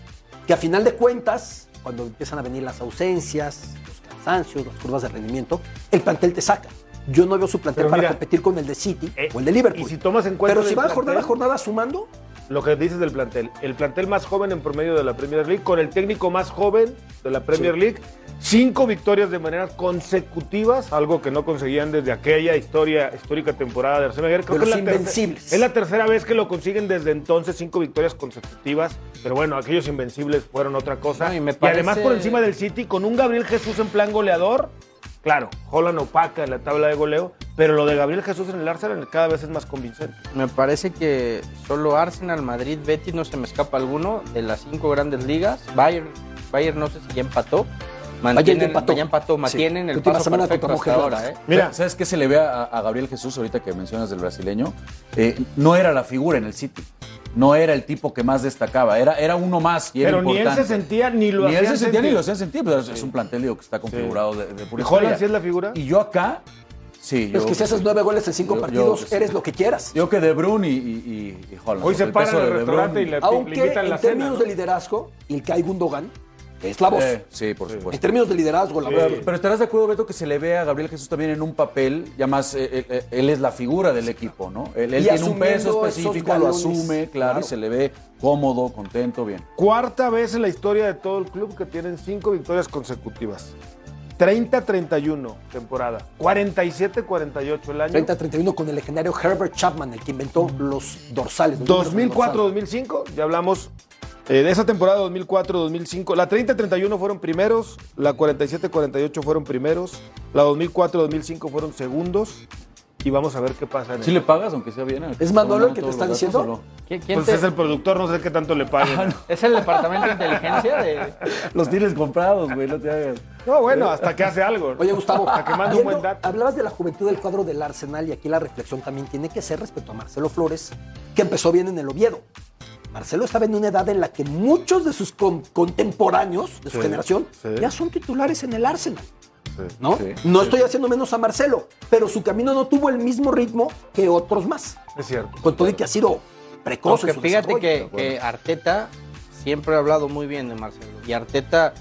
Speaker 2: Que a final de cuentas, cuando empiezan a venir las ausencias, los cansancios, las curvas de rendimiento, el plantel te saca. Yo no veo su plantel
Speaker 1: Pero
Speaker 2: para
Speaker 1: mira,
Speaker 2: competir con el de City
Speaker 1: eh,
Speaker 2: o el de Liverpool.
Speaker 1: y si tomas en cuenta
Speaker 2: Pero si
Speaker 1: del
Speaker 2: van jornada a
Speaker 1: plantel-
Speaker 2: jornada sumando,
Speaker 1: Lo que dices del plantel. El plantel más joven en promedio de la Premier League, con el técnico más joven de la Premier League. Cinco victorias de manera consecutivas, algo que no conseguían desde aquella historia, histórica temporada de Arsenal Wenger.
Speaker 2: De
Speaker 1: que
Speaker 2: los
Speaker 1: es la terce-
Speaker 2: invencibles.
Speaker 1: Es la tercera vez que lo consiguen desde entonces, cinco victorias consecutivas. Pero bueno, aquellos invencibles fueron otra cosa.
Speaker 3: No,
Speaker 1: y,
Speaker 3: y me parece-
Speaker 1: además por encima del City, con un Gabriel Jesús en plan goleador. Claro, Holland opaca en la tabla de goleo, pero lo de Gabriel Jesús en el Arsenal cada vez es más convincente.
Speaker 3: Me parece que solo Arsenal, Madrid, Betis, no se me escapa alguno de las cinco grandes ligas. Bayern, Bayern no sé si ya empató.
Speaker 2: Bayern ya
Speaker 3: Mantienen-
Speaker 2: empató.
Speaker 3: ya empató, mantienen el
Speaker 2: Última
Speaker 3: paso
Speaker 2: semana
Speaker 3: perfecto
Speaker 2: contra
Speaker 3: hasta
Speaker 2: Monterrey.
Speaker 3: ahora, ¿eh?
Speaker 1: Mira.
Speaker 4: ¿Sabes qué se le ve a, a Gabriel Jesús ahorita que mencionas del brasileño? Eh, no era la figura en el City. No era el tipo que más destacaba. Era, era uno más y era
Speaker 1: Pero ni él
Speaker 4: importante.
Speaker 1: se sentía ni lo
Speaker 4: Ni él
Speaker 1: hacían
Speaker 4: se sentía ni
Speaker 1: sentir.
Speaker 4: lo hacían sentir. Pero es un plantel digo, que está configurado de, de pura
Speaker 1: ¿Y Holland
Speaker 4: historia.
Speaker 1: sí es la figura?
Speaker 4: Y yo acá, sí.
Speaker 2: pues
Speaker 4: yo-
Speaker 2: que si haces nueve goles en cinco
Speaker 4: Yo- yo
Speaker 2: partidos,
Speaker 4: creo que sí.
Speaker 2: eres lo que quieras.
Speaker 4: Yo que De Bruyne y, y, y- y Holland.
Speaker 1: Hoy se
Speaker 4: El
Speaker 1: paran
Speaker 4: peso
Speaker 1: en el
Speaker 4: de De
Speaker 1: restaurante
Speaker 4: Bruyne. Eh,
Speaker 1: y le-
Speaker 2: Aunque
Speaker 1: invitan
Speaker 2: en
Speaker 1: la cena,
Speaker 2: términos
Speaker 1: ¿no?
Speaker 2: de liderazgo, el Kai Gundogan es la voz.
Speaker 4: Eh, sí, por supuesto.
Speaker 2: en términos de liderazgo, la voz.
Speaker 4: Pero estarás de acuerdo, Beto, que se le ve a Gabriel Jesús también en un papel, ya más, eh, eh, eh, él es la figura del equipo, ¿no? Él, él
Speaker 2: Y
Speaker 4: tiene un peso
Speaker 2: asumiendo esos
Speaker 4: específico, lo
Speaker 2: galones,
Speaker 4: asume, claro,
Speaker 2: claro.
Speaker 4: y se le ve cómodo, contento, bien.
Speaker 1: Cuarta vez en la historia de todo el club que tienen cinco victorias consecutivas. 30-31 temporada. 47-48 el año.
Speaker 2: 30-31 con el legendario Herbert Chapman, el que inventó los dorsales. los números de los dorsales.
Speaker 1: 2004-2005, ya hablamos eh, de esa temporada 2004-2005. La 30-31 fueron primeros, la 47-48 fueron primeros, la 2004-2005 fueron segundos. Y vamos a ver qué pasa. En
Speaker 4: ¿Sí
Speaker 1: el-
Speaker 4: le pagas, aunque sea bien?
Speaker 2: ¿Es Manolo el que te
Speaker 4: Todos
Speaker 2: está
Speaker 4: los datos,
Speaker 2: diciendo?
Speaker 4: ¿o no?
Speaker 3: ¿eh? ¿Qui- quién
Speaker 1: Pues
Speaker 3: te-
Speaker 1: es el productor, no sé qué tanto le paguen.
Speaker 4: Ah,
Speaker 3: es el departamento de inteligencia de...
Speaker 4: Los tienes comprados, güey, no te hagas.
Speaker 1: No, bueno, hasta que hace algo.
Speaker 2: Oye, Gustavo,
Speaker 1: Hasta que manda un buen
Speaker 2: viendo-
Speaker 1: dato.
Speaker 2: hablabas de la juventud del cuadro del Arsenal y aquí la reflexión también tiene que ser respecto a Marcelo Flores, que empezó bien en el Oviedo. Marcelo estaba en una edad en la que muchos de sus con- contemporáneos de su
Speaker 1: Sí,
Speaker 2: generación
Speaker 1: sí.
Speaker 2: ya son titulares en el Arsenal.
Speaker 1: Sí.
Speaker 2: ¿no?
Speaker 4: Sí,
Speaker 2: no estoy haciendo menos a Marcelo, pero su camino no tuvo el mismo ritmo que otros más.
Speaker 1: Es cierto.
Speaker 2: Con todo y que ha sido precoz. en
Speaker 3: Porque
Speaker 2: su
Speaker 3: fíjate
Speaker 2: desarrollo.
Speaker 3: que, que Arteta siempre ha hablado muy bien de Marcelo. Y Arteta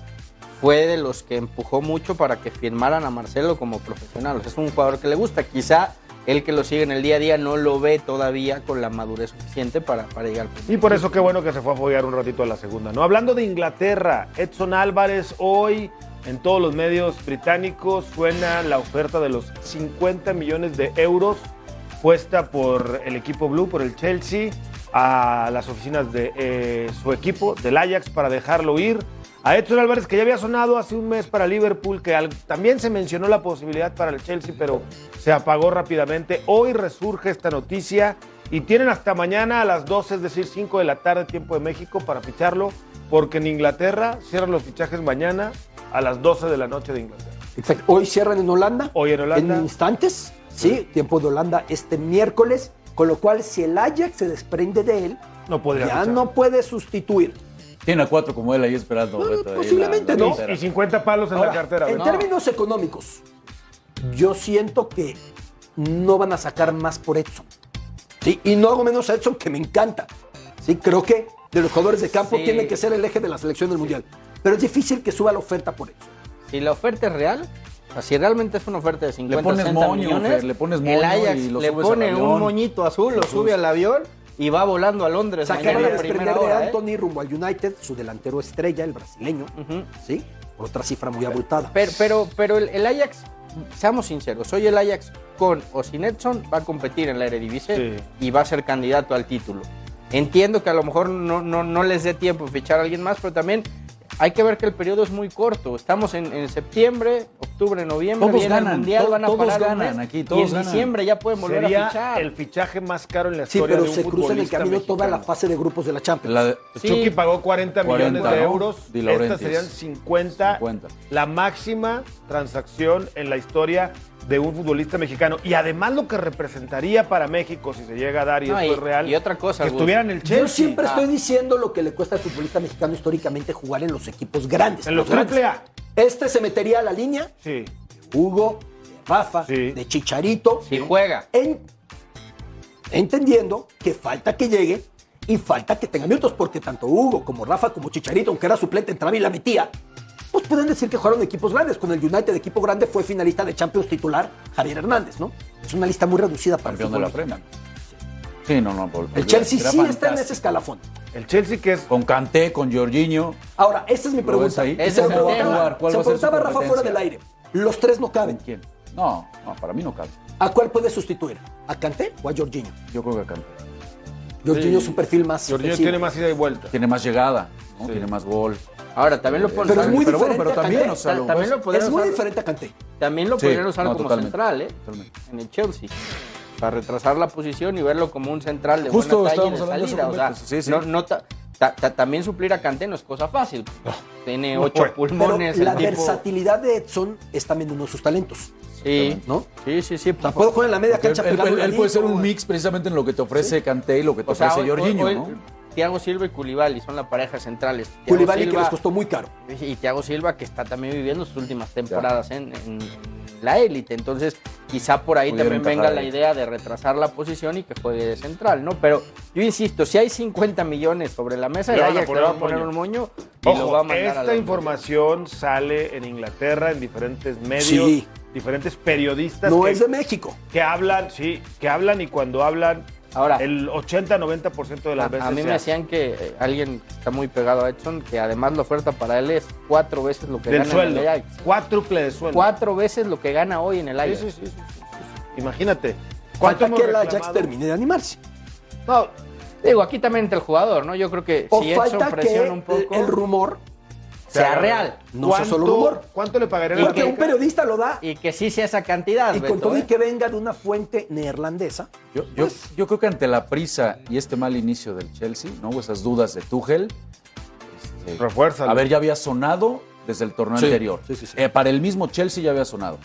Speaker 3: fue de los que empujó mucho para que firmaran a Marcelo como profesional. O sea, es un jugador que le gusta. Quizá el que lo sigue en el día a día no lo ve todavía con la madurez suficiente para, para llegar. al
Speaker 1: Y
Speaker 3: primer
Speaker 1: por
Speaker 3: equipo.
Speaker 1: eso qué bueno que se fue a foguear un ratito a la segunda, ¿no? Hablando de Inglaterra, Edson Álvarez hoy en todos los medios británicos suena la oferta de los 50 millones de euros puesta por el equipo blue, por el Chelsea, a las oficinas de eh, su equipo, del Ajax, para dejarlo ir. A Edson Álvarez, que ya había sonado hace un mes para Liverpool, que al- también se mencionó la posibilidad para el Chelsea, pero se apagó rápidamente. Hoy resurge esta noticia y tienen hasta mañana a las 12, es decir, 5 de la tarde, tiempo de México, para ficharlo, porque en Inglaterra cierran los fichajes mañana a las 12 de la noche de Inglaterra.
Speaker 2: Exacto. Hoy cierran en Holanda.
Speaker 1: Hoy en Holanda.
Speaker 2: instantes. Sí, tiempo de Holanda este miércoles. Con lo cual, si el Ajax se desprende de él,
Speaker 1: No podría
Speaker 2: ya
Speaker 1: fichar.
Speaker 2: no puede sustituir.
Speaker 4: Tiene a cuatro como él ahí esperando,
Speaker 2: Bueno,
Speaker 4: Beto, ahí
Speaker 2: posiblemente,
Speaker 4: la- la
Speaker 2: ¿no?
Speaker 4: tercera.
Speaker 1: Y 50 palos en
Speaker 2: Ahora,
Speaker 1: la cartera.
Speaker 2: en
Speaker 1: ¿verdad?
Speaker 2: términos económicos, yo siento que no van a sacar más por Edson. Sí, y no hago menos a Edson, que me encanta. Sí, creo que de los jugadores de campo
Speaker 3: Sí.
Speaker 2: tiene que ser el eje de la selección del Mundial. Pero es difícil que suba la oferta por Edson.
Speaker 3: Si la oferta es real, o sea, si realmente es una oferta de 50
Speaker 4: pones
Speaker 3: 60
Speaker 4: moño,
Speaker 3: millones,
Speaker 4: Fer, le pones moño
Speaker 3: el Ajax
Speaker 4: y lo
Speaker 3: le
Speaker 4: subes
Speaker 3: pone
Speaker 4: al avión.
Speaker 3: un moñito azul, lo sube al avión y va volando a
Speaker 1: Pues
Speaker 3: Londres.
Speaker 2: Se acaba
Speaker 3: mañana
Speaker 2: de
Speaker 3: a primera
Speaker 2: desprender de
Speaker 3: hora, ¿eh?
Speaker 2: Anthony rumbo al United, su delantero estrella, el brasileño,
Speaker 3: Ujú.
Speaker 2: ¿sí? Por otra cifra muy abultada.
Speaker 3: Pero, pero, pero el, el Ajax, seamos sinceros, hoy el Ajax con o sin Edson va a competir en la Eredivisie
Speaker 1: Sí.
Speaker 3: y va a ser candidato al título. Entiendo que a lo mejor no, no, no les dé tiempo fichar a alguien más, pero también hay que ver que el periodo es muy corto. Estamos en, en septiembre, octubre, noviembre,
Speaker 4: Todos
Speaker 3: viene
Speaker 4: ganan,
Speaker 3: el Mundial,
Speaker 4: to-
Speaker 3: van a
Speaker 4: todos
Speaker 3: parar un
Speaker 4: ganan
Speaker 3: mes,
Speaker 4: aquí,
Speaker 3: y
Speaker 4: todos
Speaker 3: en
Speaker 4: ganan.
Speaker 3: diciembre ya pueden volver a
Speaker 1: Sería
Speaker 3: fichar.
Speaker 1: el fichaje más caro en la
Speaker 2: Sí,
Speaker 1: historia
Speaker 2: pero
Speaker 1: de un
Speaker 2: se cruza en el
Speaker 1: futbolista
Speaker 2: camino toda la
Speaker 1: mexicano.
Speaker 2: fase de grupos de la Champions.
Speaker 4: La de-
Speaker 3: Sí.
Speaker 1: Chucky pagó 40 millones
Speaker 4: 40,
Speaker 1: de
Speaker 4: ¿no?
Speaker 1: euros.
Speaker 4: Di
Speaker 1: Estas
Speaker 4: Laurentiis.
Speaker 1: serían 50,
Speaker 4: 50.
Speaker 1: La máxima transacción en la historia de un futbolista mexicano y además lo que representaría para México si se llega a dar y
Speaker 3: No,
Speaker 1: esto
Speaker 3: y-
Speaker 1: es real.
Speaker 3: y otra cosa,
Speaker 1: que
Speaker 3: Gus.
Speaker 1: estuviera en el Chelsea.
Speaker 2: Yo siempre
Speaker 3: Ah.
Speaker 2: estoy diciendo lo que le cuesta al futbolista mexicano históricamente jugar en los equipos grandes.
Speaker 1: En los
Speaker 2: grandes.
Speaker 1: triple A.
Speaker 2: Este se metería a la línea
Speaker 1: Ah, Sí.
Speaker 2: Hugo, de Rafa,
Speaker 1: Sí.
Speaker 2: de Chicharito.
Speaker 3: Si juega.
Speaker 2: En- entendiendo que falta que llegue y falta que tenga minutos, porque tanto Hugo como Rafa como Chicharito, aunque era suplente, entraba y la metía, pues pueden decir que jugaron en equipos grandes. Con el United, equipo grande, fue finalista de Champions titular Javier Hernández, ¿no? Es una lista muy reducida para el
Speaker 4: campeón de la
Speaker 2: fútbol
Speaker 4: Premier. Sí, no, no. por-
Speaker 2: El Chelsea sí
Speaker 4: era
Speaker 2: está en
Speaker 4: fantástico.
Speaker 2: ese escalafón.
Speaker 1: El Chelsea que
Speaker 3: Oh.
Speaker 1: es
Speaker 4: Con Kanté, con Jorginho.
Speaker 2: Ahora, esa es mi
Speaker 4: ves
Speaker 2: pregunta.
Speaker 4: ahí?
Speaker 2: Se
Speaker 3: Ese es el
Speaker 2: preguntaba-
Speaker 3: tema.
Speaker 4: ¿Cuál
Speaker 2: se
Speaker 4: va a ser su
Speaker 2: preguntaba Rafa
Speaker 4: competencia?
Speaker 2: fuera del aire. Los tres no
Speaker 4: ¿Con
Speaker 2: caben.
Speaker 4: quién? No, no, para mí no cabe.
Speaker 2: ¿A cuál puede sustituir? ¿A Kanté o a Jorginho?
Speaker 4: Yo creo que Kanté.
Speaker 2: Jorginho es un perfil más.
Speaker 1: Jorginho
Speaker 2: ofensivo.
Speaker 1: tiene más ida y vuelta.
Speaker 4: Tiene más llegada, ¿no? tiene más gol.
Speaker 3: Ahora, también lo
Speaker 4: Eh,
Speaker 3: pones.
Speaker 2: Pero es muy
Speaker 4: Pero bueno,
Speaker 2: diferente.
Speaker 4: pero
Speaker 2: a
Speaker 4: también,
Speaker 2: Kanté.
Speaker 4: o sea, lo-
Speaker 3: también lo podrían
Speaker 2: es muy
Speaker 3: usar-
Speaker 2: diferente a Kanté.
Speaker 3: También lo
Speaker 4: Sí,
Speaker 3: podrían usar
Speaker 4: no,
Speaker 3: como
Speaker 4: totalmente.
Speaker 3: central, ¿eh?
Speaker 4: Totalmente.
Speaker 3: En el Chelsea. Para retrasar la posición y verlo como un central de
Speaker 4: Justo
Speaker 3: buena talla y de
Speaker 4: estábamos hablando de eso
Speaker 3: salida. O
Speaker 4: con
Speaker 3: sea,
Speaker 4: Beto. Sí, sí.
Speaker 3: no- no ta- ta- ta- también suplir a Kanté no es cosa fácil.
Speaker 4: Ah.
Speaker 3: Tiene ocho
Speaker 1: bueno.
Speaker 2: Pero
Speaker 3: pulmones.
Speaker 2: la
Speaker 3: el tipo-
Speaker 2: versatilidad de Edson es también uno de sus talentos.
Speaker 3: Sí,
Speaker 2: ¿no?
Speaker 3: sí, sí. sí
Speaker 2: O sea, puede jugar en la media
Speaker 4: Él,
Speaker 2: cancha
Speaker 4: él-
Speaker 2: pegado
Speaker 4: él-
Speaker 2: al
Speaker 4: él puede ser
Speaker 2: ladito,
Speaker 4: un mix precisamente en lo que te ofrece Kanté y lo que te
Speaker 3: O sea,
Speaker 4: ofrece
Speaker 3: hoy- hoy-
Speaker 4: Jorginho,
Speaker 3: hoy
Speaker 4: ¿no?
Speaker 3: Thiago Silva y Culibali son la pareja centrales. Thiago
Speaker 2: Koulibaly que
Speaker 3: Silva-
Speaker 2: les costó muy caro.
Speaker 3: Y Thiago Silva, que está también viviendo sus últimas temporadas en, en- en la élite. Entonces, quizá por ahí
Speaker 4: Pudiera
Speaker 3: también
Speaker 4: encajar
Speaker 3: venga la
Speaker 4: ahí.
Speaker 3: idea de retrasar la posición y que juegue de central, ¿no? Pero yo insisto, si hay 50 millones sobre la mesa,
Speaker 1: Le
Speaker 3: el
Speaker 1: van a
Speaker 3: Ajax le
Speaker 1: poner
Speaker 3: va a
Speaker 1: un
Speaker 3: poner
Speaker 1: moño.
Speaker 3: un moño y lo va a
Speaker 1: Ojo,
Speaker 3: mandar a
Speaker 1: esta
Speaker 3: la-
Speaker 1: información sale en Inglaterra, en diferentes medios,
Speaker 2: Sí.
Speaker 1: diferentes periodistas
Speaker 2: No
Speaker 1: que,
Speaker 2: es de México.
Speaker 1: que hablan, sí, que hablan y cuando hablan,
Speaker 3: Ahora,
Speaker 1: el 80-90% de
Speaker 3: a,
Speaker 1: las veces.
Speaker 3: a mí
Speaker 1: se
Speaker 3: me
Speaker 1: hace.
Speaker 3: decían que eh, alguien que está muy pegado a Edson, que además la oferta para él es cuatro veces lo que
Speaker 1: del
Speaker 3: gana
Speaker 1: sueldo,
Speaker 3: en el Ajax.
Speaker 1: cuádruple de sueldo.
Speaker 3: Cuatro veces lo que gana hoy en el
Speaker 1: Sí,
Speaker 3: Ajax.
Speaker 1: sí, sí, sí, sí, sí. Imagínate. ¿Cuánto
Speaker 2: Falta
Speaker 1: hemos
Speaker 2: que el Ajax
Speaker 1: reclamado?
Speaker 2: termine de animarse.
Speaker 3: No, digo, aquí también entra el jugador, ¿no? Yo creo que
Speaker 2: O
Speaker 3: si Edson
Speaker 2: falta que
Speaker 3: presiona un
Speaker 2: el,
Speaker 3: poco,
Speaker 2: el rumor,
Speaker 3: sea real.
Speaker 2: no sea solo rumor.
Speaker 1: ¿Cuánto le pagarían a la
Speaker 2: Porque
Speaker 3: que-
Speaker 2: un periodista lo da
Speaker 3: Y que sí sea esa cantidad,
Speaker 2: y
Speaker 3: Beto,
Speaker 2: con todo
Speaker 3: ¿eh?
Speaker 2: y que venga de una fuente neerlandesa. pues,
Speaker 4: Yo, yo-
Speaker 3: pues.
Speaker 4: yo creo que ante la prisa y este mal inicio del Chelsea, ¿no? O esas dudas de Tuchel. este,
Speaker 1: Refuérzalo.
Speaker 4: A ver, ya había sonado desde el torneo
Speaker 2: Sí,
Speaker 4: anterior.
Speaker 2: sí, sí, sí.
Speaker 4: Eh, para el mismo Chelsea ya había sonado.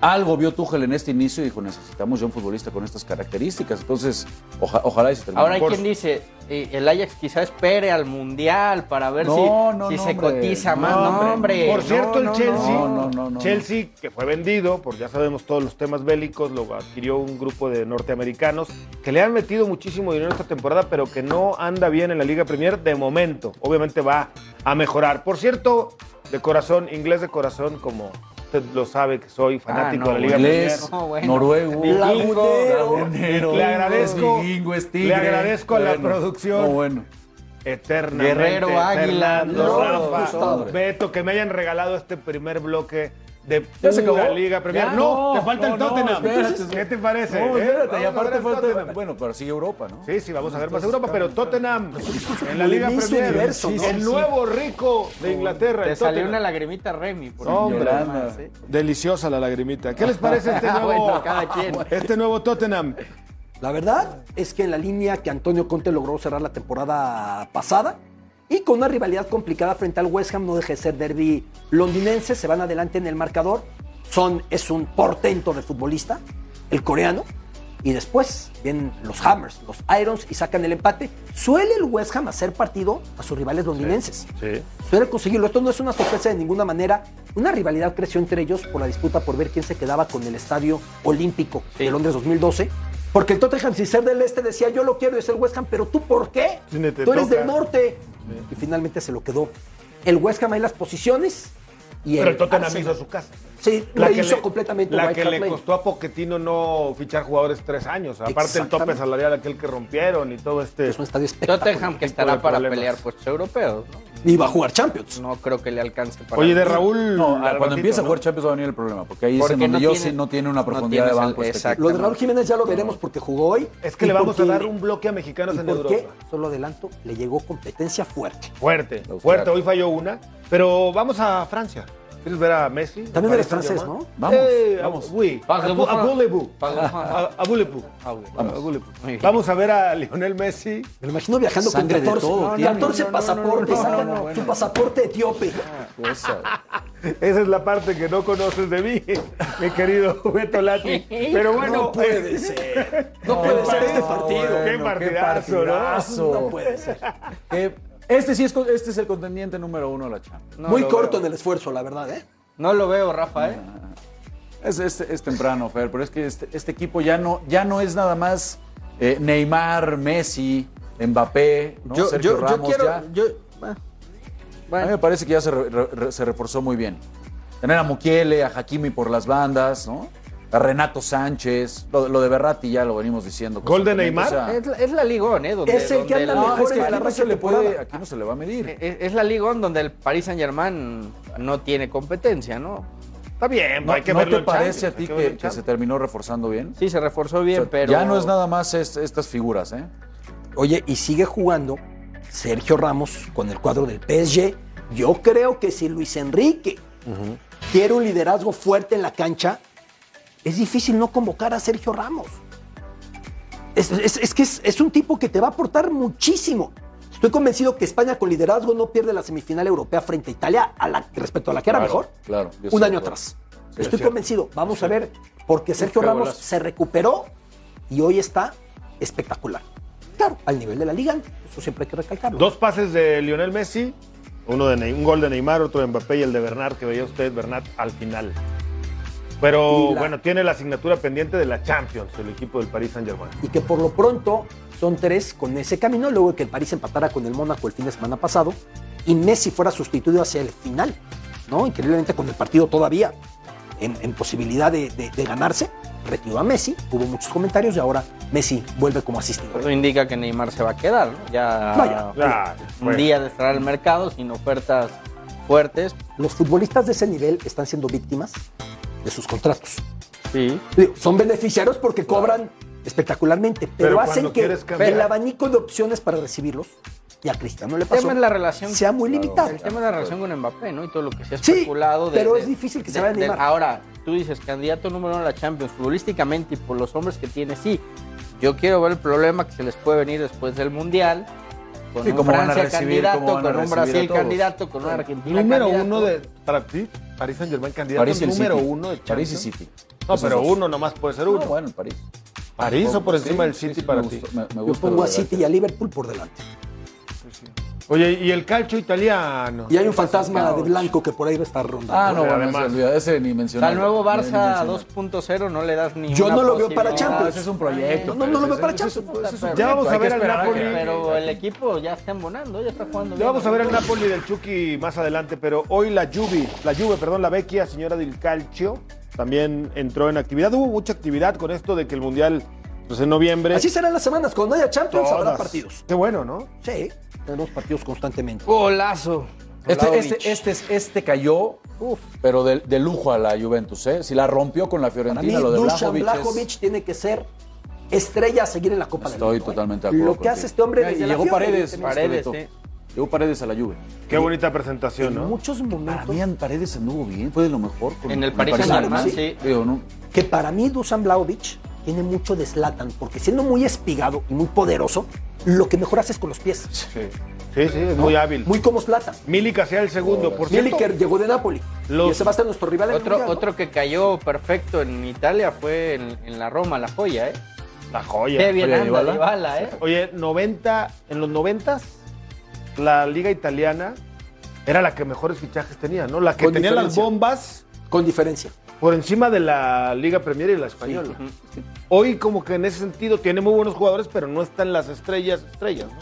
Speaker 4: Algo vio Tuchel en este inicio y dijo, necesitamos ya un futbolista con estas características. Entonces, oja- ojalá y se termine.
Speaker 3: Ahora hay
Speaker 4: Por-
Speaker 3: quien dice, eh, el Ajax quizá espere al Mundial para ver
Speaker 4: No,
Speaker 3: si,
Speaker 4: no,
Speaker 3: si
Speaker 4: no,
Speaker 3: se
Speaker 4: hombre.
Speaker 3: cotiza
Speaker 4: No,
Speaker 3: más. No, hombre.
Speaker 1: Por
Speaker 3: no,
Speaker 1: cierto,
Speaker 3: no,
Speaker 1: el Chelsea,
Speaker 4: no, no, no, no.
Speaker 1: Chelsea que fue vendido, por ya sabemos todos los temas bélicos, lo adquirió un grupo de norteamericanos que le han metido muchísimo dinero esta temporada, pero que no anda bien en la Liga Premier de momento. Obviamente va a mejorar. Por cierto, de corazón, inglés de corazón, como usted lo sabe que soy fanático
Speaker 3: no,
Speaker 1: de la Liga
Speaker 4: Ah, Inglés,
Speaker 1: Premier.
Speaker 3: No, bueno.
Speaker 4: noruego,
Speaker 2: Lagunero.
Speaker 4: lagunero,
Speaker 1: Le agradezco-
Speaker 4: vikingo, es
Speaker 1: le
Speaker 4: tigre.
Speaker 1: agradezco a la
Speaker 4: Bueno,
Speaker 1: producción.
Speaker 4: no, bueno.
Speaker 1: eternamente.
Speaker 3: Guerrero,
Speaker 1: Fernando,
Speaker 3: Águila, no,
Speaker 1: Rafa,
Speaker 2: Gustavo.
Speaker 1: Beto, que me hayan regalado este primer bloque de
Speaker 4: Ya se
Speaker 1: pura
Speaker 4: acabó.
Speaker 1: Liga Premier.
Speaker 4: Ya,
Speaker 1: no,
Speaker 4: no,
Speaker 1: te falta
Speaker 4: no,
Speaker 1: el
Speaker 4: no,
Speaker 1: Tottenham.
Speaker 4: espérate.
Speaker 1: ¿Qué te parece?
Speaker 4: No,
Speaker 1: eh?
Speaker 4: espérate,
Speaker 1: Vamos
Speaker 4: y
Speaker 1: a
Speaker 4: aparte
Speaker 1: ver al
Speaker 4: falta.
Speaker 1: Tottenham.
Speaker 4: Bueno, pero sigue Europa, ¿no?
Speaker 1: Sí, sí, vamos a ver más Europa, pero Tottenham en la
Speaker 2: el
Speaker 1: Liga
Speaker 2: inmenso
Speaker 1: Premier.
Speaker 2: universo, ¿no?
Speaker 1: El nuevo rico de Inglaterra.
Speaker 3: Te
Speaker 1: el
Speaker 3: salió
Speaker 1: Tottenham.
Speaker 3: una lagrimita Remy. Por
Speaker 1: Hombre.
Speaker 3: ejemplo, nada más, ¿eh?
Speaker 1: Deliciosa la lagrimita. ¿Qué les parece este
Speaker 3: Ah,
Speaker 1: nuevo,
Speaker 3: bueno, cada quien.
Speaker 1: este nuevo Tottenham?
Speaker 2: La verdad es que en la línea que Antonio Conte logró cerrar la temporada pasada y con una rivalidad complicada frente al West Ham no deja de ser derby londinense, se van adelante en el marcador. Son es un portento de futbolista, el coreano. Y después vienen los Hammers, los Irons y sacan el empate. Suele el West Ham hacer partido a sus rivales londinenses.
Speaker 1: Sí.
Speaker 2: Suele conseguirlo. Esto no es una sorpresa de ninguna manera. Una rivalidad creció entre ellos por la disputa por ver quién se quedaba con el Estadio Olímpico
Speaker 3: Sí.
Speaker 2: de Londres 2012. Porque el Tottenham, sin ser del este, decía yo lo quiero y es el West Ham, pero tú por qué?
Speaker 1: Sí, ni te
Speaker 2: tú eres
Speaker 1: toca.
Speaker 2: del norte. Y finalmente se lo quedó. El West Ham ahí las posiciones y
Speaker 1: Pero el Tottenham
Speaker 2: Arsenal.
Speaker 1: hizo su casa.
Speaker 2: Sí, la hizo completamente
Speaker 1: la
Speaker 2: White
Speaker 1: que
Speaker 2: Hart
Speaker 1: le
Speaker 2: Lane.
Speaker 1: costó a Poquetino no fichar jugadores tres años. Aparte el tope
Speaker 2: Exactamente.
Speaker 1: salarial aquel que rompieron y todo este.
Speaker 2: Es un estadio espectacular.
Speaker 3: Tottenham que estará
Speaker 1: de
Speaker 3: para
Speaker 1: problemas.
Speaker 3: pelear puestos europeos.
Speaker 2: Y va a jugar Champions.
Speaker 3: ¿no? No creo que le alcance para.
Speaker 1: Oye, de Raúl.
Speaker 4: No,
Speaker 1: al
Speaker 4: cuando
Speaker 1: ratito,
Speaker 4: empiece a
Speaker 1: ¿no?
Speaker 4: jugar Champions va a venir el problema, porque ahí es
Speaker 3: Porque
Speaker 4: en donde
Speaker 3: no
Speaker 4: yo
Speaker 3: tiene-
Speaker 4: sí no tiene
Speaker 3: no
Speaker 4: una profundidad de
Speaker 3: tienes el-
Speaker 4: banco. este
Speaker 3: exacto.
Speaker 4: equipo.
Speaker 2: Lo de Raúl Jiménez ya lo veremos porque jugó hoy.
Speaker 1: Es que
Speaker 2: y
Speaker 1: le vamos a
Speaker 2: porque-
Speaker 1: dar un bloque a mexicanos
Speaker 2: ¿Y
Speaker 1: en
Speaker 2: por
Speaker 1: Europa.
Speaker 2: qué? Solo adelanto, le llegó competencia fuerte.
Speaker 1: Fuerte,
Speaker 4: Los
Speaker 1: fuerte.
Speaker 4: cracks.
Speaker 1: Hoy falló una. Pero vamos a Francia. ¿Quieres ver a Messi?
Speaker 2: También eres
Speaker 1: eres
Speaker 2: francés, ¿no?
Speaker 4: Vamos,
Speaker 1: Eh,
Speaker 4: vamos.
Speaker 1: Oui.
Speaker 3: Parlez-vous
Speaker 1: A- a
Speaker 3: fran-
Speaker 1: voulez-vous.
Speaker 3: Parlez-vous
Speaker 1: A- a voulez-vous. A voulez-vous.
Speaker 3: Muy bien.
Speaker 1: Vamos a ver a Lionel Messi.
Speaker 2: Me lo imagino viajando con
Speaker 4: Sangre de
Speaker 2: 14,
Speaker 4: todo, tiene.
Speaker 2: 14
Speaker 4: No, no, no,
Speaker 2: pasaportes,
Speaker 4: no, no, no,
Speaker 2: saca
Speaker 4: no, bueno.
Speaker 2: su pasaporte etíope.
Speaker 4: cosa.
Speaker 1: Esa es la parte que no conoces de mí, mi querido Beto Lati. Pero
Speaker 4: Ah,
Speaker 1: bueno,
Speaker 2: No puede
Speaker 1: eh,
Speaker 2: ser. No puede ser este partido.
Speaker 1: Qué partidazo, ¿no?
Speaker 2: No puede ser.
Speaker 4: Eh, este sí es, co- este es el contendiente número uno de la Champions.
Speaker 3: No
Speaker 2: Muy
Speaker 3: lo
Speaker 2: corto
Speaker 3: veo.
Speaker 2: en el esfuerzo, la verdad, ¿eh?
Speaker 3: No lo veo, Rafa, ¿eh?
Speaker 4: Es, es- es temprano, Fer, pero es que este, este equipo ya no, ya no es nada más eh, Neymar, Messi, Mbappé, ¿no?
Speaker 3: Yo,
Speaker 4: Sergio
Speaker 3: yo- yo
Speaker 4: Ramos,
Speaker 3: quiero.
Speaker 4: ya.
Speaker 3: Yo, bueno.
Speaker 4: A mí me parece que ya se, re- re- re- se reforzó muy bien. Tener a Mukiele, a Hakimi por las bandas, ¿no? A Renato Sánchez, lo, lo de Berratti ya lo venimos diciendo.
Speaker 1: ¿Gol de
Speaker 4: constantemente,
Speaker 1: Neymar?
Speaker 4: o sea,
Speaker 3: Es, la- es la Ligón, ¿eh? Donde-
Speaker 2: Es el que
Speaker 3: donde
Speaker 2: anda
Speaker 3: la-
Speaker 4: no,
Speaker 2: mejor
Speaker 4: es que
Speaker 2: en
Speaker 4: aquí
Speaker 2: la
Speaker 4: no
Speaker 2: racha
Speaker 4: se le puede-
Speaker 2: temporada.
Speaker 4: aquí no se le va a
Speaker 1: Eh,
Speaker 4: medir.
Speaker 3: Es, es la Ligón donde el Paris Saint Germain no tiene competencia, ¿no?
Speaker 1: está bien,
Speaker 4: ¿No,
Speaker 1: eh, hay que
Speaker 4: no
Speaker 1: verlo
Speaker 4: te
Speaker 1: en
Speaker 4: parece
Speaker 1: Champions,
Speaker 4: a
Speaker 1: hay
Speaker 4: ti
Speaker 1: verlo
Speaker 4: que,
Speaker 1: en
Speaker 4: que se
Speaker 1: Champions.
Speaker 4: terminó reforzando bien?
Speaker 3: Sí, se reforzó bien,
Speaker 4: O sea,
Speaker 3: pero.
Speaker 4: Ya no es nada más es- estas figuras, ¿eh?
Speaker 2: Oye, y sigue jugando Sergio Ramos con el cuadro del PSG. Yo creo que si Luis Enrique quiere un liderazgo fuerte en la cancha, es difícil no convocar a Sergio Ramos. Es, es- es que es, es un tipo que te va a aportar muchísimo. Estoy convencido que España con liderazgo no pierde la semifinal europea frente a Italia a la- respecto a la que era
Speaker 4: Claro,
Speaker 2: mejor
Speaker 4: claro, yo estoy
Speaker 2: un
Speaker 4: de
Speaker 2: año
Speaker 4: acuerdo.
Speaker 2: atrás. Estoy convencido. Vamos a ver, porque Sergio
Speaker 4: Qué
Speaker 2: Ramos
Speaker 4: golazo.
Speaker 2: se recuperó y hoy está espectacular. Claro, al nivel de la liga, eso siempre hay que recalcarlo.
Speaker 1: Dos pases de Lionel Messi, uno de Ney- un gol de Neymar, otro de Mbappé y el de Bernat que veía usted, Bernat, al final. Pero
Speaker 2: Y la-
Speaker 1: bueno, tiene la asignatura pendiente de la Champions, el equipo del Paris Saint-Germain.
Speaker 2: Y que por lo pronto son tres con ese camino, luego de que el París empatara con el Mónaco el fin de semana pasado y Messi fuera sustituido hacia el final, ¿no? Increíblemente con el partido todavía en, en posibilidad de, de- de ganarse, retiró a Messi, hubo muchos comentarios y ahora Messi vuelve como asistidor.
Speaker 3: Eso indica que Neymar se va a quedar, ¿no? Ya.
Speaker 2: Vaya.
Speaker 1: Ya,
Speaker 3: Un
Speaker 1: bueno.
Speaker 3: día de cerrar el mercado sin ofertas fuertes.
Speaker 2: Los futbolistas de ese nivel están siendo víctimas de sus contratos.
Speaker 3: Sí.
Speaker 2: Digo, son beneficiarios porque cobran espectacularmente, pero,
Speaker 1: Pero
Speaker 2: hacen
Speaker 1: cuando
Speaker 2: que
Speaker 1: quieres cambiar-
Speaker 2: el abanico de opciones para recibirlos, y a Cristiano le
Speaker 3: El
Speaker 2: pasó,
Speaker 3: tema es la relación.
Speaker 2: sea muy limitado.
Speaker 3: El tema de la relación con Mbappé, ¿no? Y todo lo que se ha
Speaker 2: Sí,
Speaker 3: especulado. de-
Speaker 2: pero
Speaker 3: de-
Speaker 2: es difícil que se
Speaker 3: de-
Speaker 2: vaya a
Speaker 3: de-
Speaker 2: Neymar.
Speaker 3: Ahora, tú dices, candidato número uno a la Champions, futbolísticamente y por los hombres que tiene, sí. Yo quiero ver el problema que se les puede venir después del Mundial. Con
Speaker 4: Sí,
Speaker 3: un
Speaker 4: cómo van a
Speaker 3: Francia
Speaker 4: recibir,
Speaker 3: candidato,
Speaker 4: cómo van a
Speaker 3: con un
Speaker 4: recibir a
Speaker 3: Brasil
Speaker 4: todos.
Speaker 3: candidato, con una Argentina
Speaker 1: Número
Speaker 3: candidato.
Speaker 1: uno de. Para ti, Paris Saint-Germain, candidato
Speaker 4: París y el
Speaker 1: número
Speaker 4: City.
Speaker 1: uno de Champions.
Speaker 4: París y City.
Speaker 1: No,
Speaker 4: Esos
Speaker 1: pero
Speaker 4: dos.
Speaker 1: uno nomás puede ser
Speaker 4: No,
Speaker 1: uno.
Speaker 4: bueno, en París.
Speaker 1: París o por encima
Speaker 4: Sí,
Speaker 1: del
Speaker 4: sí,
Speaker 1: City
Speaker 4: sí,
Speaker 1: para
Speaker 4: me
Speaker 1: ti.
Speaker 4: gustó, me- me
Speaker 2: yo
Speaker 4: gusta
Speaker 2: pongo
Speaker 4: lo
Speaker 2: a
Speaker 4: de
Speaker 2: City y a Liverpool por delante.
Speaker 1: Oye, y el calcio italiano.
Speaker 2: Y hay un fantasma de blanco que por ahí va a estar rondando.
Speaker 4: Ah, no,
Speaker 1: Pero
Speaker 4: bueno,
Speaker 1: además-
Speaker 4: ese, olvida, ese ni
Speaker 3: O sea,
Speaker 4: mencionar.
Speaker 3: al nuevo Barça
Speaker 4: 2.
Speaker 3: 2.0 no le das ni
Speaker 2: Yo
Speaker 3: una
Speaker 2: no lo veo para
Speaker 3: posibilidad.
Speaker 2: Champions.
Speaker 4: Ese es un proyecto.
Speaker 2: No, no, no lo veo para
Speaker 4: Ese es un-
Speaker 2: Champions. pues,
Speaker 4: ese es un
Speaker 1: Ya vamos
Speaker 4: proyecto,
Speaker 1: a
Speaker 4: hay que
Speaker 1: ver al
Speaker 4: esperar a que-
Speaker 1: Napoli.
Speaker 3: Pero el equipo ya está embonando, ya está jugando
Speaker 1: Ya
Speaker 3: bien.
Speaker 1: vamos a ver el Napoli del Chucky más adelante, pero hoy la Juve, la Juve, perdón, la Vecchia, señora del Calcio, también entró en actividad. Hubo mucha actividad con esto de que el Mundial, pues en noviembre.
Speaker 2: Así serán las semanas. Cuando haya Champions habrá
Speaker 1: todas-
Speaker 2: partidos.
Speaker 1: Qué bueno, ¿no?
Speaker 2: Sí, tenemos partidos constantemente.
Speaker 3: Golazo.
Speaker 4: Este,
Speaker 3: Vlahovic.
Speaker 4: este, este, es- este cayó, pero de, de lujo a la Juventus, ¿eh? Si la rompió con la
Speaker 2: Para
Speaker 4: Fiorentina,
Speaker 2: mí,
Speaker 4: lo de
Speaker 2: Dusan
Speaker 4: Blajovic.
Speaker 2: Blajovic tiene que ser estrella a seguir en la Copa
Speaker 4: Estoy
Speaker 2: del Mundo. ¿eh?
Speaker 4: totalmente de acuerdo
Speaker 2: Lo que hace
Speaker 4: contigo.
Speaker 2: este hombre
Speaker 4: Y
Speaker 2: desde la
Speaker 4: llegó
Speaker 2: Fiore,
Speaker 4: Paredes.
Speaker 2: evidentemente.
Speaker 3: Paredes,
Speaker 4: Paredes, eh.
Speaker 3: sí.
Speaker 4: Llegó Paredes a la Juve.
Speaker 1: Qué bonita presentación,
Speaker 2: En
Speaker 1: ¿no?
Speaker 2: muchos
Speaker 4: Para
Speaker 2: momentos.
Speaker 4: mí, en Paredes anduvo bien, fue de lo mejor. con-
Speaker 3: En el
Speaker 4: con
Speaker 3: Paris
Speaker 2: Saint-Germain,
Speaker 4: Saint-Germain.
Speaker 3: sí.
Speaker 4: Digo, no,
Speaker 2: que para mí Dusan Blaovic tiene mucho de Zlatan, porque siendo muy espigado y muy poderoso, lo que mejor hace es con los pies.
Speaker 1: Sí, sí, es muy hábil.
Speaker 2: Muy como Zlatan.
Speaker 1: Milica sea el segundo, por cierto.
Speaker 2: Miliker llegó de Napoli.
Speaker 1: Los-
Speaker 2: Y ese va a ser nuestro rival
Speaker 1: este
Speaker 2: en el
Speaker 3: Otro,
Speaker 2: Mundial, ¿no?
Speaker 3: otro que cayó perfecto en Italia fue en, en la Roma, la joya, ¿eh?
Speaker 1: La joya.
Speaker 3: Qué bien
Speaker 4: Oye,
Speaker 3: anda
Speaker 4: Dybala.
Speaker 3: Dybala, ¿eh?
Speaker 1: Oye, 90, en los 90 la liga italiana era la que mejores fichajes tenía, ¿no? La que
Speaker 2: Con
Speaker 1: tenía
Speaker 2: diferencia.
Speaker 1: las bombas
Speaker 2: Con diferencia.
Speaker 1: por encima de la Liga Premier y la española. Hoy como que en ese sentido tiene muy buenos jugadores, pero no están las estrellas, estrellas, ¿no?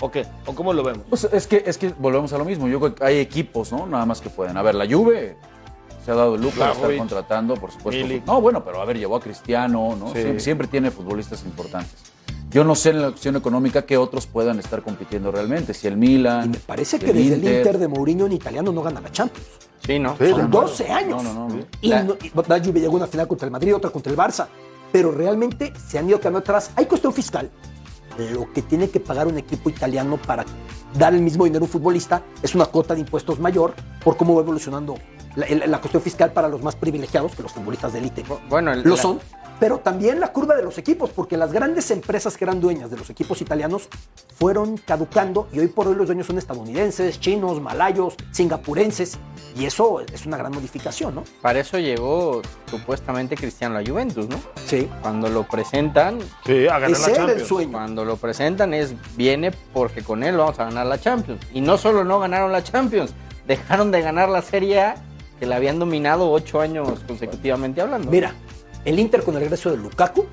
Speaker 1: ¿O qué? ¿O cómo lo vemos?
Speaker 4: Pues es que, es que volvemos a lo mismo. Yo creo que hay equipos, ¿no? Nada más que pueden. A ver, la Juve se ha dado el lujo de estar
Speaker 1: Vlahovic,
Speaker 4: contratando, por supuesto.
Speaker 1: Milik.
Speaker 4: No, bueno, pero a ver, llevó a Cristiano, ¿no?
Speaker 1: Sí.
Speaker 4: Siempre, siempre tiene futbolistas importantes. Yo no sé en la opción económica que otros puedan estar compitiendo realmente. Si el Milan.
Speaker 2: Y me parece
Speaker 4: si
Speaker 2: que desde el Inter de Mourinho en italiano no gana la Champions.
Speaker 3: Sí, ¿no?
Speaker 1: Sí.
Speaker 2: Son
Speaker 1: claro.
Speaker 2: 12 años.
Speaker 4: No, no, no, no.
Speaker 2: Y,
Speaker 3: La-
Speaker 2: no- y la Juve llegó a una final contra el Madrid, otra contra el Barça. Pero realmente se han ido quedando atrás. Hay cuestión fiscal. Lo que tiene que pagar un equipo italiano para dar el mismo dinero a un futbolista es una cuota de impuestos mayor por cómo va evolucionando la, el- la cuestión fiscal para los más privilegiados, que los futbolistas de élite
Speaker 3: Bu- bueno, el-
Speaker 2: lo
Speaker 3: la-
Speaker 2: son, pero también la curva de los equipos, porque las grandes empresas que eran dueñas de los equipos italianos fueron caducando y hoy por hoy los dueños son estadounidenses, chinos, malayos, singapurenses, y eso es una gran modificación, ¿no?
Speaker 3: Para eso llegó supuestamente Cristiano a Juventus, ¿no?
Speaker 2: Sí.
Speaker 3: Cuando lo presentan,
Speaker 1: Sí, a ganar
Speaker 2: Ese
Speaker 1: la
Speaker 2: era el
Speaker 1: Champions.
Speaker 2: sueño.
Speaker 3: cuando lo presentan es viene porque con él vamos a ganar la Champions. Y no solo no ganaron la Champions, dejaron de ganar la Serie A que la habían dominado ocho años consecutivamente hablando.
Speaker 2: Mira, el Inter con el regreso de Lukaku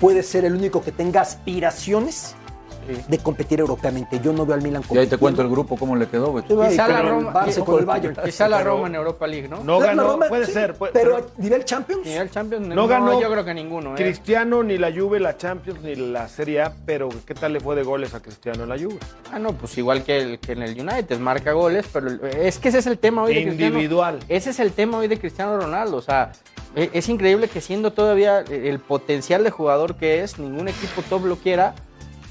Speaker 2: puede ser el único que tenga aspiraciones
Speaker 3: Sí.
Speaker 2: de competir europeamente. Yo no veo al Milan
Speaker 4: Y ahí te
Speaker 2: compitiendo.
Speaker 4: cuento el grupo cómo le quedó, güey.
Speaker 2: Sí, va, y
Speaker 3: Quizá
Speaker 2: eh, con
Speaker 3: la
Speaker 2: el
Speaker 3: Roma- eh,
Speaker 2: Barça, con el Bayern.
Speaker 3: Quizá la
Speaker 1: Pero-
Speaker 3: Roma en Europa League, ¿no?
Speaker 1: No
Speaker 2: La
Speaker 1: ganó,
Speaker 2: Roma,
Speaker 1: puede
Speaker 2: sí,
Speaker 1: ser. puede-
Speaker 2: pero
Speaker 1: pero
Speaker 2: a nivel Champions.
Speaker 3: Ni el Champions,
Speaker 1: No ganó
Speaker 3: yo creo que ninguno. ¿eh?
Speaker 1: Cristiano ni la Juve, la Champions ni la Serie A, pero ¿qué tal le fue de goles a Cristiano en la Juve?
Speaker 3: Ah, no, pues igual que, el- que en el United, marca goles, pero el- es que ese es el tema hoy de Cristiano.
Speaker 1: Individual.
Speaker 3: Ese es el tema hoy de Cristiano Ronaldo, o sea, e- es increíble que siendo todavía el potencial de jugador que es, ningún equipo top lo quiera,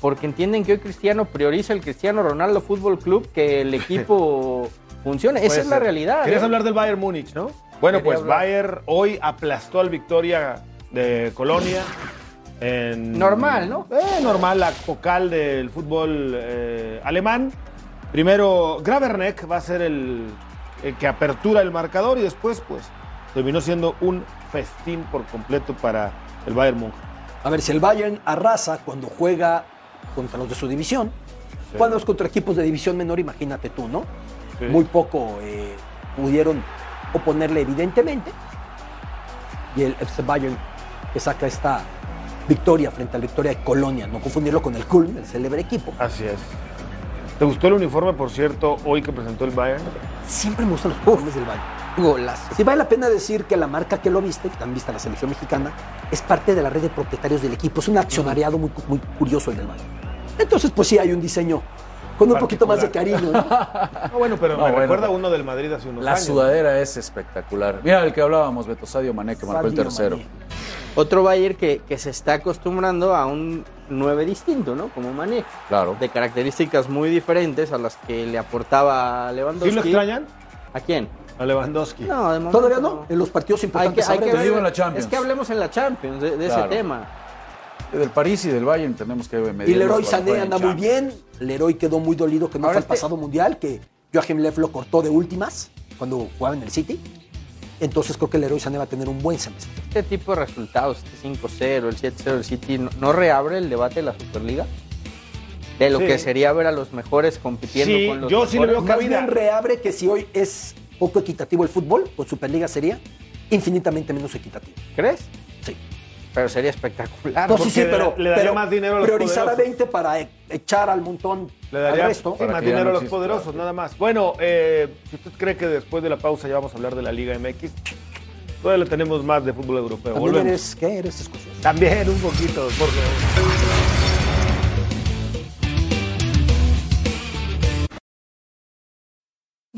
Speaker 3: porque entienden que hoy Cristiano prioriza el Cristiano Ronaldo Fútbol Club que el equipo funcione. Esa
Speaker 1: Puede
Speaker 3: es la
Speaker 1: ser.
Speaker 3: realidad.
Speaker 1: Querías
Speaker 3: ¿eh?
Speaker 1: hablar del Bayern Múnich, ¿no? Bueno,
Speaker 3: Quería
Speaker 1: pues
Speaker 3: hablar.
Speaker 1: Bayern hoy aplastó al Victoria de Colonia. en-
Speaker 3: Normal, ¿no?
Speaker 1: Eh, normal, la focal del fútbol eh, alemán. Primero, Graverneck va a ser el, el que apertura el marcador y después, pues, terminó siendo un festín por completo para el Bayern Múnich.
Speaker 2: A ver, si el Bayern arrasa cuando juega contra los de su división, cuando es contra equipos de división menor, imagínate tú, ¿no?
Speaker 1: Sí.
Speaker 2: Muy poco eh, pudieron oponerle, evidentemente. Y el FC Bayern que saca esta victoria frente al Victoria de Colonia, no confundirlo con el Kulm, el célebre equipo.
Speaker 1: Así es. ¿Te gustó el uniforme, por cierto, hoy que presentó el Bayern?
Speaker 2: Siempre me gustan los jugadores del Bayern.
Speaker 3: Golazo.
Speaker 2: Sí vale la pena decir que la marca que lo viste, que también viste la selección mexicana, es parte de la red de propietarios del equipo. Es un accionariado muy, cu- muy curioso en el Bayern. Entonces, pues sí, hay un diseño con un poquito más de cariño. ¿no?
Speaker 1: No, Ah, bueno, pero
Speaker 4: No,
Speaker 1: me
Speaker 4: bueno,
Speaker 1: recuerda
Speaker 4: pero-
Speaker 1: uno del Madrid hace unos
Speaker 4: La
Speaker 1: años.
Speaker 4: sudadera es espectacular. Mira el que hablábamos, Beto Sadio Mané, que marcó el
Speaker 2: Sadio
Speaker 4: tercero.
Speaker 2: Mané.
Speaker 3: Otro Bayern que, que se está acostumbrando a un 9 distinto, ¿no? Como Mané.
Speaker 4: Claro.
Speaker 3: de características muy diferentes a las que le aportaba Lewandowski.
Speaker 1: ¿Sí lo extrañan?
Speaker 3: ¿A quién?
Speaker 1: A Lewandowski.
Speaker 3: No, de momento
Speaker 2: Todavía no, en los partidos
Speaker 3: Hay que,
Speaker 2: importantes.
Speaker 3: hay que
Speaker 2: habrá-
Speaker 4: Te digo en la
Speaker 3: Es
Speaker 4: Champions.
Speaker 3: que hablemos en la Champions de, de
Speaker 4: Claro.
Speaker 3: ese tema.
Speaker 4: Del París y del Bayern tenemos que medir.
Speaker 2: y Leroy Sané anda muy bien. Leroy quedó muy dolido que no
Speaker 3: Ahora
Speaker 2: fue al
Speaker 3: este-
Speaker 2: pasado mundial, que Joachim Leff lo cortó de últimas cuando jugaba en el City. Entonces creo que Leroy Sané va a tener un buen semestre.
Speaker 3: Este tipo de resultados, este 5-0, el 7-0 del City, ¿no, no reabre el debate de la Superliga? De lo
Speaker 1: Sí.
Speaker 3: que sería ver a los mejores compitiendo
Speaker 1: Sí,
Speaker 3: con los
Speaker 1: yo sí le
Speaker 3: mejores.
Speaker 1: veo
Speaker 2: Más
Speaker 1: cabida.
Speaker 2: bien reabre que si hoy es poco equitativo el fútbol, con Superliga sería infinitamente menos equitativo.
Speaker 3: ¿Crees?
Speaker 2: Sí.
Speaker 3: Pero sería espectacular.
Speaker 2: No,
Speaker 3: porque-
Speaker 2: sí, sí,
Speaker 1: Ah, le da-
Speaker 2: pero,
Speaker 1: le daría
Speaker 2: pero
Speaker 1: más dinero a los
Speaker 2: priorizar a
Speaker 1: poderosos.
Speaker 2: 20 para e- echar al montón
Speaker 1: Le daría
Speaker 2: al resto.
Speaker 1: sí,
Speaker 4: Para
Speaker 1: más
Speaker 4: que ya
Speaker 1: dinero
Speaker 4: no
Speaker 1: a los
Speaker 4: exista.
Speaker 1: poderosos, nada más. Bueno, eh, si usted cree que después de la pausa ya vamos a hablar de la Liga MX, todavía le tenemos más de fútbol europeo.
Speaker 2: También
Speaker 1: Volvemos.
Speaker 2: eres, ¿qué eres? Escocés.
Speaker 1: También un poquito, por favor.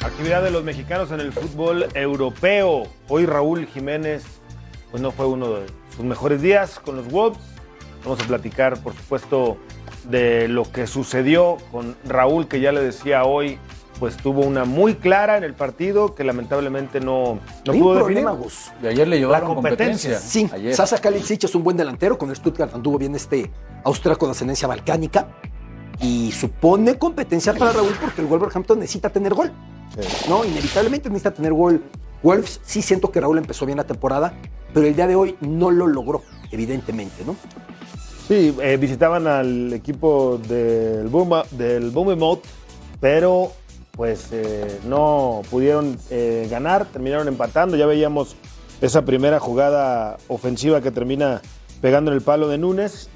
Speaker 1: Actividad de los mexicanos en el fútbol europeo. Hoy Raúl Jiménez pues no fue uno de sus mejores días con los Wolves. Vamos a platicar, por supuesto, de lo que sucedió con Raúl, que ya le decía hoy, pues tuvo una muy clara en el partido que lamentablemente no, no
Speaker 2: Hay un
Speaker 1: pudo
Speaker 2: problema,
Speaker 1: definir.
Speaker 2: Gus.
Speaker 4: Y ayer le llevaron
Speaker 1: La competencia.
Speaker 4: competencia.
Speaker 2: Sí,
Speaker 4: Ayer.
Speaker 2: Sasa Kalicic es un buen delantero, con el Stuttgart anduvo bien este austriaco de ascendencia balcánica y supone competencia para Raúl porque el Wolverhampton necesita tener gol. No, inevitablemente necesita tener gol. Wolves sí siento que Raúl empezó bien la temporada, pero el día de hoy no lo logró, evidentemente, ¿no?
Speaker 1: Sí, eh, visitaban al equipo del Boom, del Bournemouth, pero pues eh, no pudieron eh, ganar, terminaron empatando. Ya veíamos esa primera jugada ofensiva que termina pegando en el palo de Núñez.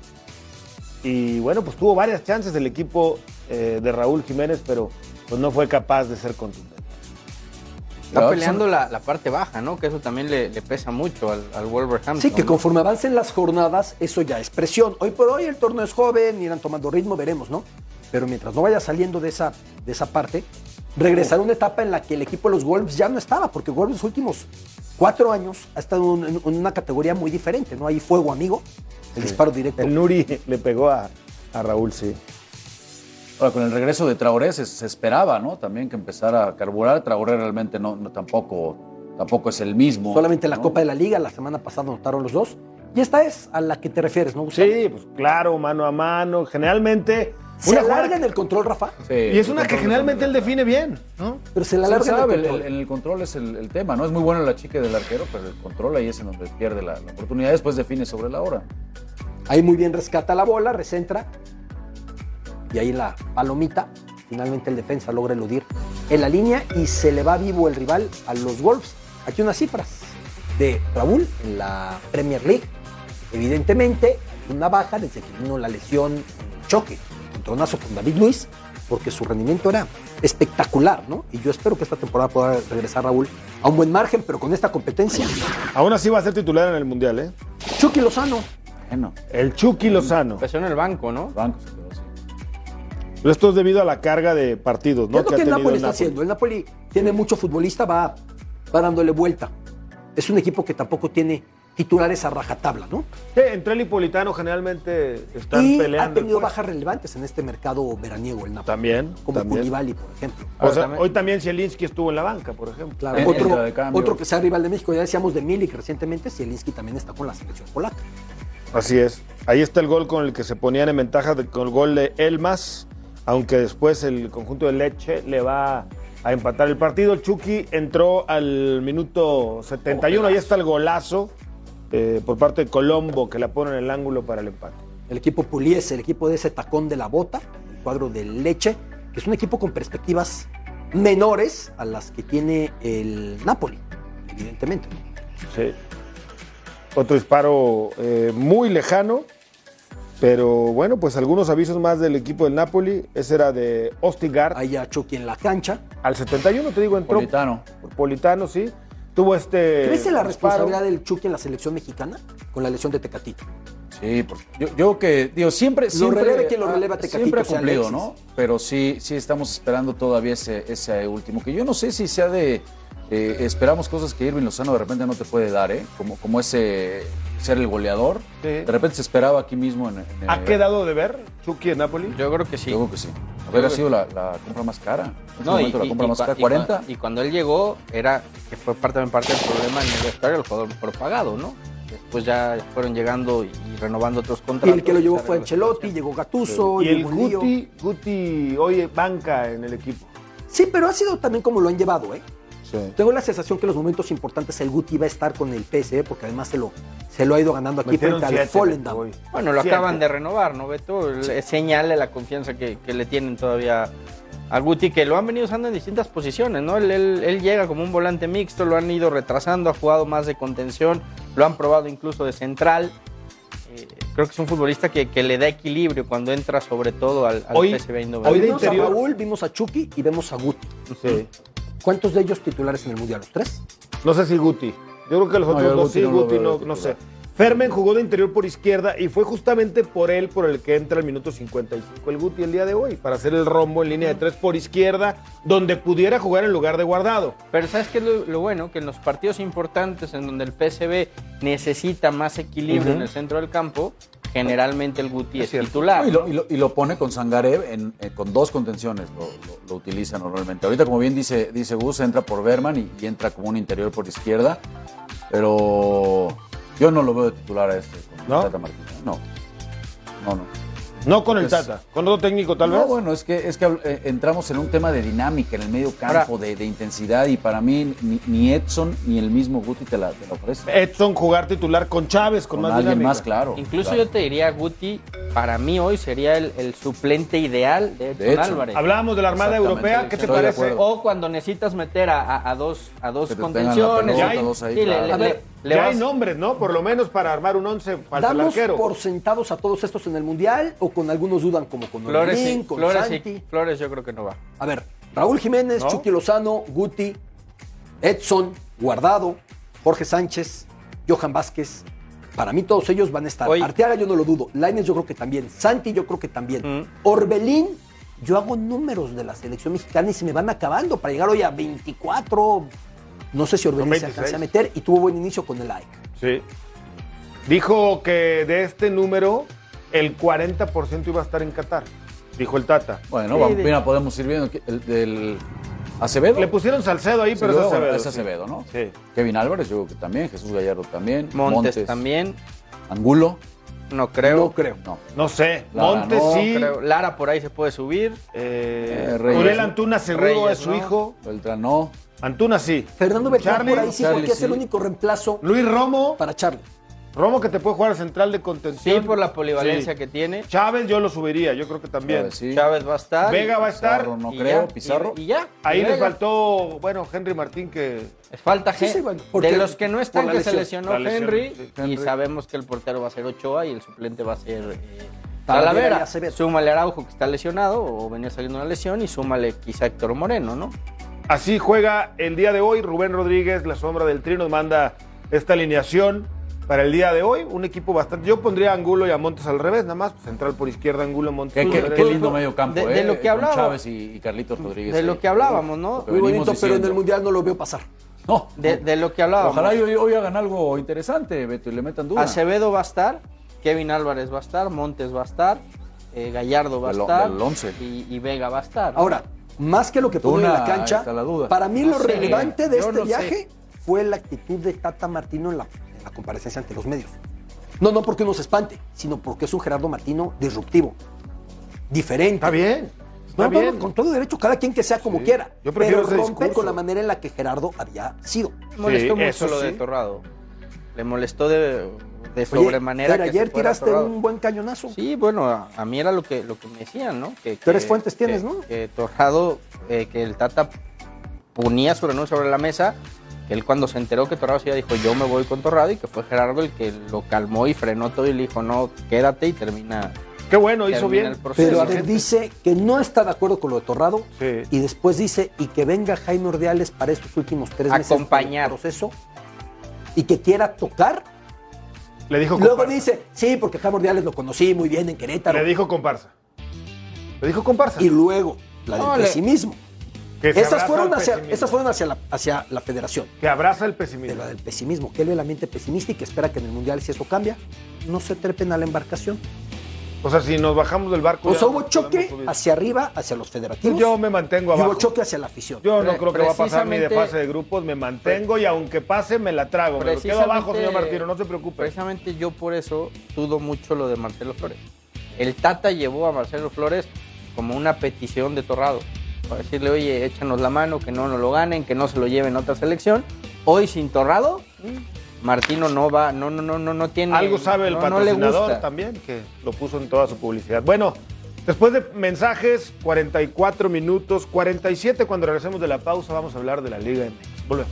Speaker 1: Y bueno, pues tuvo varias chances el equipo eh, de Raúl Jiménez, pero pues no fue capaz de ser contundente.
Speaker 3: Está peleando la, la parte baja, ¿no? Que eso también le, le pesa mucho al, al Wolverhampton.
Speaker 2: Sí, que
Speaker 3: ¿no?
Speaker 2: conforme avancen las jornadas, eso ya es presión. Hoy por hoy el torneo es joven, irán tomando ritmo, veremos, ¿no? Pero mientras no vaya saliendo de esa, de esa parte, regresar a una etapa en la que el equipo de los Wolves ya no estaba, porque Wolves los últimos cuatro años ha estado en, en una categoría muy diferente, ¿no? Hay fuego amigo, el disparo directo.
Speaker 1: El Nuri le pegó a, a Raúl, sí.
Speaker 4: Ahora, con el regreso de Traoré se, se esperaba, ¿no? También que empezara a carburar. Traoré realmente no, no- tampoco, tampoco es el mismo.
Speaker 2: Solamente la
Speaker 4: ¿no?
Speaker 2: Copa de la Liga, la semana pasada notaron los dos. Y esta es a la que te refieres, ¿no, Gustavo?
Speaker 1: Sí, pues claro, mano a mano. Generalmente.
Speaker 2: Se
Speaker 1: una
Speaker 2: alarga
Speaker 1: jugada-
Speaker 2: en el control, Rafa,
Speaker 4: Sí,
Speaker 1: Y es una
Speaker 4: el
Speaker 1: que
Speaker 4: control
Speaker 1: generalmente
Speaker 4: es
Speaker 1: él define bien, ¿no?
Speaker 2: pero se la
Speaker 4: Sí,
Speaker 2: alarga en el
Speaker 4: sabe, el,
Speaker 2: control.
Speaker 4: el- el control es el, el tema, ¿no? Es muy bueno la chica del arquero, pero el control ahí es en donde pierde la, la oportunidad. Después define sobre la hora.
Speaker 2: Ahí muy bien rescata la bola, recentra. Y ahí la palomita. Finalmente el defensa logra eludir en la línea y se le va vivo el rival a los Wolves. Aquí unas cifras de Raúl en la Premier League. Evidentemente, una baja desde que vino la lesión, el choque, un tronazo con David Luis, porque su rendimiento era espectacular, ¿no? Y yo espero que esta temporada pueda regresar Raúl a un buen margen, pero con esta competencia.
Speaker 1: Aún así va a ser titular en el Mundial, ¿eh?
Speaker 2: Chucky Lozano,
Speaker 4: Bueno,
Speaker 1: El Chucky Lozano.
Speaker 3: Empezó en el banco, ¿no?
Speaker 4: el banco se quedó así.
Speaker 1: Pero esto es debido a la carga de partidos, ¿no?
Speaker 2: es lo que
Speaker 1: ha
Speaker 2: el
Speaker 1: tenido
Speaker 2: Napoli
Speaker 1: el
Speaker 2: está haciendo. ¿eh? El Napoli tiene mucho futbolista, va, va dándole vuelta. Es un equipo que tampoco tiene titulares a rajatabla, ¿no?
Speaker 1: Sí, Eh, entre el Hipolitano generalmente están
Speaker 2: y
Speaker 1: peleando.
Speaker 2: ha
Speaker 1: el
Speaker 2: tenido
Speaker 1: puesto.
Speaker 2: bajas relevantes en este mercado veraniego el Napoli.
Speaker 1: También,
Speaker 2: Como
Speaker 1: también.
Speaker 2: Koulibaly, por ejemplo.
Speaker 1: O sea,
Speaker 3: También.
Speaker 1: hoy también Zielinski estuvo en la banca, por ejemplo.
Speaker 2: Claro,
Speaker 4: Eh, entra de
Speaker 2: otro,
Speaker 4: cambio.
Speaker 2: otro que sea rival de México, ya decíamos de Milik recientemente, Zielinski también está con la selección polaca.
Speaker 1: Así es. Ahí está el gol con el que se ponían en ventaja de- con el gol de Elmas, aunque después el conjunto de Leche le va a empatar el partido. El Chucky entró al minuto 71. Ahí está el golazo eh, por parte de Colombo que la pone en el ángulo para el empate.
Speaker 2: El equipo Puliese, el equipo de ese tacón de la bota, el cuadro de Leche, que es un equipo con perspectivas menores a las que tiene el Napoli, evidentemente. ¿no?
Speaker 1: Sí. Otro disparo eh, muy lejano. Pero bueno, pues algunos avisos más del equipo del Napoli. Ese era de Ostigard.
Speaker 2: Hay a Chucky en la cancha,
Speaker 1: Al 71, te digo, entró.
Speaker 4: Politano.
Speaker 1: Politano, sí. Tuvo este.
Speaker 2: ¿Crece la
Speaker 1: disparo.
Speaker 2: responsabilidad del Chucky en la selección mexicana con la lesión de Tecatito?
Speaker 4: Sí, porque yo, yo que, digo, siempre. siempre
Speaker 2: releve quien lo
Speaker 4: ah,
Speaker 2: releva, Tecatito,
Speaker 4: Siempre ha
Speaker 2: o sea,
Speaker 4: cumplido,
Speaker 2: Alexis.
Speaker 4: ¿no? Pero sí, sí estamos esperando todavía ese, ese último, que yo no sé si sea de. eh, esperamos cosas que Irving Lozano de repente no te puede dar, ¿eh? Como, como ese ser el goleador.
Speaker 1: Sí.
Speaker 4: De repente se esperaba aquí mismo en. en-
Speaker 1: ¿Ha quedado de ver Chucky en Napoli?
Speaker 3: Yo creo que sí.
Speaker 4: Yo creo que sí. Hubiera sido la, la compra más cara. En este momento la compra más
Speaker 3: cua-
Speaker 4: cara.
Speaker 3: y
Speaker 4: 40.
Speaker 3: cua- Y, cuando él llegó, era que fue parte, también parte del problema en el vestuario, el jugador propagado, ¿no? Después ya fueron llegando y, y renovando otros
Speaker 2: Y
Speaker 3: contratos.
Speaker 2: el que lo llevó
Speaker 3: Esa
Speaker 2: fue
Speaker 3: relación.
Speaker 2: Ancelotti, llegó Gattuso,
Speaker 1: y el
Speaker 2: llegó Lío.
Speaker 1: Guti, Guti hoy banca en el equipo.
Speaker 2: Sí, pero ha sido también como lo han llevado, ¿eh?
Speaker 1: Sí.
Speaker 2: Tengo la sensación que en los momentos importantes el Guti va a estar con el PSV porque además se lo, se lo ha ido ganando aquí frente al Follendam.
Speaker 3: Bueno, lo acaban de renovar, ¿no, Beto? El- Es señal de la confianza que, que le tienen todavía a Guti, que lo han venido usando en distintas posiciones, ¿no? Él, él- él llega como un volante mixto, lo han ido retrasando, ha jugado más de contención, lo han probado incluso de central. Eh, creo que es un futbolista que, que le da equilibrio cuando entra sobre todo al, al
Speaker 1: Hoy-
Speaker 3: PSV Eindhoven.
Speaker 1: hoy de
Speaker 2: Vimos
Speaker 1: interior-
Speaker 2: a Raúl, vimos a Chucky y vemos a Guti.
Speaker 1: Sí.
Speaker 2: ¿Cuántos de ellos titulares en el Mundial? ¿Los tres?
Speaker 1: No sé si Guti. Yo creo que los
Speaker 4: No,
Speaker 1: otros
Speaker 4: yo
Speaker 1: dos
Speaker 4: Guti
Speaker 1: sí,
Speaker 4: no lo
Speaker 1: Guti
Speaker 4: veo
Speaker 1: no,
Speaker 4: de
Speaker 1: no sé.
Speaker 4: titular.
Speaker 1: Fermen jugó de interior por izquierda y fue justamente por él por el que entra al minuto 55 el Guti el día de hoy, para hacer el rombo en línea de tres por izquierda, donde pudiera jugar en lugar de guardado.
Speaker 3: Pero ¿sabes qué es lo, lo bueno? Que en los partidos importantes en donde el PSV necesita más equilibrio en el centro del campo, generalmente el Guti es, titular.
Speaker 1: Ah,
Speaker 4: No, y,
Speaker 3: ¿no?
Speaker 4: lo, y lo- y lo pone con Sangarev en- eh, con dos contenciones, lo, lo- lo utiliza normalmente. Ahorita, como bien dice, dice Gus, entra por Berman y, y entra como un interior por izquierda, pero yo no lo veo de titular a este. con
Speaker 1: ¿No?
Speaker 4: Tata Martino, No. No, no.
Speaker 1: No con el
Speaker 4: Pues-
Speaker 1: Tata, con otro técnico tal
Speaker 4: No,
Speaker 1: vez.
Speaker 4: bueno, es que, es que eh, entramos en un tema de dinámica, en el medio campo, de, de intensidad, y para mí ni, ni Edson ni el mismo Guti te la, te la ofrece.
Speaker 1: Edson jugar titular con Chávez, con,
Speaker 4: Con
Speaker 1: más
Speaker 4: alguien
Speaker 1: dinámica.
Speaker 4: más, claro.
Speaker 3: Incluso
Speaker 4: claro.
Speaker 3: yo te diría, Guti, para mí hoy sería el, el suplente ideal de Edson,
Speaker 4: De Edson.
Speaker 3: Álvarez.
Speaker 1: Hablábamos de la Armada
Speaker 4: Exactamente.
Speaker 1: Europea, ¿qué te
Speaker 4: Estoy de
Speaker 1: parece?
Speaker 4: acuerdo.
Speaker 3: O cuando necesitas meter a, a- a dos, a dos
Speaker 4: Que te tengan la
Speaker 3: contenciones.
Speaker 4: pelota,
Speaker 3: Sí,
Speaker 4: dos ahí,
Speaker 3: le-
Speaker 4: claro.
Speaker 3: le-
Speaker 2: A ver,
Speaker 3: le- le
Speaker 1: ya
Speaker 3: vas-
Speaker 1: hay nombres, ¿no? Por lo menos para armar un once falta el
Speaker 2: ¿Damos
Speaker 1: arquero.
Speaker 2: por sentados a todos estos en el Mundial o con algunos dudan como con
Speaker 3: Flores, sí,
Speaker 2: Orbelín, con
Speaker 3: Flores, sí,
Speaker 2: Santi?
Speaker 3: Flores yo creo que no va.
Speaker 2: A ver, Raúl Jiménez,
Speaker 1: ¿No?
Speaker 2: Chucky Lozano, Guti, Edson, Guardado, Jorge Sánchez, Johan Vázquez. Para mí todos ellos van a estar.
Speaker 3: Oye.
Speaker 2: Arteaga yo no lo dudo. Laines yo creo que también. Santi yo creo que también.
Speaker 3: Mm.
Speaker 2: Orbelín, yo hago números de la selección mexicana y se me van acabando para llegar hoy a 24. No sé si Orbelín se
Speaker 1: 26.
Speaker 2: alcanza a meter y tuvo buen inicio con el like.
Speaker 1: Sí. Dijo que de este número, el 40% iba a estar en Qatar. Dijo el Tata.
Speaker 4: Bueno,
Speaker 3: Sí,
Speaker 4: vamos,
Speaker 3: de-
Speaker 4: mira, podemos ir viendo que el del Acevedo.
Speaker 1: Le pusieron Salcedo ahí, pero es
Speaker 4: Acevedo,
Speaker 1: Acevedo.
Speaker 4: es
Speaker 1: sí.
Speaker 4: Acevedo, ¿no?
Speaker 1: Sí.
Speaker 4: Kevin Álvarez, yo creo que también. Jesús Gallardo también.
Speaker 3: Montes, también,
Speaker 4: Angulo.
Speaker 3: no creo.
Speaker 2: No creo.
Speaker 4: No.
Speaker 1: No sé.
Speaker 4: Lara,
Speaker 1: Montes
Speaker 4: no,
Speaker 1: sí.
Speaker 3: creo. Lara por ahí se puede subir.
Speaker 1: Eh,
Speaker 4: Eh, Reyes,
Speaker 1: Uriel
Speaker 4: ¿no?
Speaker 1: Antuna seguro
Speaker 3: Reyes,
Speaker 1: es su
Speaker 3: ¿no?
Speaker 1: hijo.
Speaker 4: Beltrán, no.
Speaker 1: Antuna sí.
Speaker 2: Fernando Beltrán
Speaker 1: Charlie,
Speaker 2: por ahí sí,
Speaker 4: Charlie,
Speaker 2: porque es el
Speaker 4: sí.
Speaker 2: único reemplazo
Speaker 1: Luis Romo.
Speaker 2: para Charlie.
Speaker 1: Romo que te puede jugar central de contención.
Speaker 3: Sí, por la polivalencia
Speaker 1: Sí.
Speaker 3: que tiene.
Speaker 1: Chávez yo lo subiría, yo creo que también.
Speaker 2: Pues
Speaker 4: Chávez, sí.
Speaker 3: Chávez va a estar.
Speaker 1: Vega va a estar.
Speaker 4: Pizarro, no
Speaker 3: y
Speaker 4: creo.
Speaker 3: ya,
Speaker 4: Pizarro.
Speaker 3: Y, y ya.
Speaker 1: Ahí
Speaker 3: Y
Speaker 1: les
Speaker 3: Vega.
Speaker 1: faltó, bueno, Henry Martín que
Speaker 3: Falta
Speaker 2: Sí,
Speaker 3: gente.
Speaker 2: sí, bueno, porque-
Speaker 3: de los que no están,
Speaker 2: por
Speaker 3: que
Speaker 2: la
Speaker 3: se
Speaker 2: lesión.
Speaker 3: lesionó
Speaker 1: La lesión,
Speaker 3: Henry,
Speaker 1: sí,
Speaker 3: Y
Speaker 1: Henry.
Speaker 3: sabemos que el portero va a ser Ochoa y el suplente va a ser eh,
Speaker 2: Talavera y
Speaker 3: Talavera.
Speaker 2: Acevedo.
Speaker 3: Súmale a Araujo, que está lesionado o venía saliendo una lesión, y súmale quizá a Héctor Moreno, ¿no?
Speaker 1: así juega el día de hoy. Rubén Rodríguez, la sombra del tri, nos manda esta alineación para el día de hoy. Un equipo bastante. Yo pondría a Angulo y a Montes al revés, nada más. Central por izquierda, Angulo, Montes
Speaker 4: Qué,
Speaker 1: por
Speaker 4: qué-
Speaker 1: derecha.
Speaker 4: qué lindo medio campo,
Speaker 3: De-
Speaker 4: ¿eh?
Speaker 3: de lo que
Speaker 4: Con
Speaker 3: hablaba.
Speaker 4: Chávez y, y Carlitos Rodríguez.
Speaker 3: De
Speaker 4: ahí.
Speaker 3: lo que hablábamos, ¿no?
Speaker 4: Lo que
Speaker 2: Muy
Speaker 4: venimos
Speaker 2: bonito, pero en
Speaker 4: diciendo.
Speaker 2: el Mundial no lo veo pasar.
Speaker 4: No.
Speaker 3: De, de lo que hablábamos.
Speaker 4: Ojalá hoy, hoy hagan algo interesante, Beto, y le metan duda.
Speaker 3: Acevedo va a estar, Kevin Álvarez va a estar, Montes va a estar, eh, Gallardo va a
Speaker 4: Del o-
Speaker 3: estar.
Speaker 4: del once.
Speaker 3: Y, y Vega va a estar.
Speaker 2: Ahora, más que lo que pone en
Speaker 4: Tuna,
Speaker 2: la
Speaker 4: ahí
Speaker 2: cancha,
Speaker 4: está la duda.
Speaker 2: para mí
Speaker 3: No
Speaker 2: lo
Speaker 3: sé,
Speaker 2: relevante de
Speaker 3: yo
Speaker 2: este
Speaker 3: no sé.
Speaker 2: viaje fue la actitud de Tata Martino en la, en la comparecencia ante los medios. No, no porque uno se espante, sino porque es un Gerardo Martino disruptivo, diferente.
Speaker 1: Está bien.
Speaker 2: No,
Speaker 1: Está
Speaker 2: no,
Speaker 1: bien.
Speaker 2: no, con todo derecho, cada quien que sea como quiera.
Speaker 1: Yo prefiero
Speaker 2: pero
Speaker 1: ese
Speaker 2: rompe
Speaker 1: discurso.
Speaker 2: con la manera en la que Gerardo había sido.
Speaker 3: Le molestó
Speaker 1: Sí,
Speaker 3: mucho
Speaker 1: eso
Speaker 3: lo de
Speaker 1: sí.
Speaker 3: Torrado. Le molestó de, de
Speaker 2: Oye,
Speaker 3: sobremanera.
Speaker 2: Fer,
Speaker 3: que se
Speaker 2: ayer
Speaker 3: fuera
Speaker 2: tiraste
Speaker 3: Torrado.
Speaker 2: un buen cañonazo.
Speaker 3: Sí, bueno, a, a mí era lo que, lo que me decían, ¿no? Que,
Speaker 2: Tres
Speaker 3: que-
Speaker 2: fuentes tienes,
Speaker 3: que-
Speaker 2: ¿no?
Speaker 3: Que Torrado, eh, que el Tata ponía su renuncia sobre la mesa, que él cuando se enteró que Torrado se iba dijo, yo me voy con Torrado, y que fue Gerardo el que lo calmó y frenó todo y le dijo, no, quédate y termina.
Speaker 1: Qué bueno, hizo
Speaker 3: termina
Speaker 1: bien.
Speaker 3: el proceso.
Speaker 2: Pero a ver,
Speaker 1: gente.
Speaker 2: dice que no está de acuerdo con lo de Torrado
Speaker 1: Sí.
Speaker 2: y después dice y que venga Jaime Ordeales para estos últimos tres
Speaker 3: Acompañar.
Speaker 2: meses del proceso y que quiera tocar.
Speaker 1: Le dijo
Speaker 2: Luego
Speaker 1: comparsa.
Speaker 2: dice, sí, porque Jaime Ordeales lo conocí muy bien en Querétaro.
Speaker 1: Le dijo comparsa. Le dijo comparsa.
Speaker 2: y luego la del
Speaker 3: No, le-
Speaker 2: pesimismo.
Speaker 1: Que se
Speaker 2: Esas
Speaker 1: abraza
Speaker 2: fueron,
Speaker 1: al
Speaker 2: hacia,
Speaker 1: pesimismo.
Speaker 2: esas fueron hacia la, hacia la federación.
Speaker 1: Que abraza el
Speaker 2: De
Speaker 1: pesimismo.
Speaker 2: la del pesimismo, que él ve el ambiente pesimista y que espera que en el Mundial, si eso cambia, no se trepen a la embarcación.
Speaker 1: O sea, si nos bajamos del barco.
Speaker 2: O sea,
Speaker 1: ya
Speaker 2: hubo
Speaker 1: no
Speaker 2: choque
Speaker 1: podemos subir.
Speaker 2: hacia arriba, hacia los federativos.
Speaker 1: Yo me mantengo
Speaker 2: y
Speaker 1: abajo.
Speaker 2: hubo choque hacia la afición.
Speaker 1: Yo no creo que va a pasar ni de
Speaker 3: Precisamente-
Speaker 1: fase de grupos, me mantengo y aunque pase me la trago. Me lo quedo abajo, señor Martino, no se preocupe.
Speaker 3: Precisamente yo por eso dudo mucho lo de Marcelo Flores. El Tata llevó a Marcelo Flores como una petición de Torrado. Para decirle, oye, échanos la mano, que no nos lo ganen, que no se lo lleven a otra selección. Hoy sin Torrado, Martino no va, no, no, no, no, no tiene.
Speaker 1: Algo sabe el
Speaker 3: no- no le
Speaker 1: patrocinador
Speaker 3: gusta.
Speaker 1: también, que lo puso en toda su publicidad. Bueno, después de mensajes, 44 minutos, 47 cuando regresemos de la pausa, vamos a hablar de la Liga MX. Volvemos.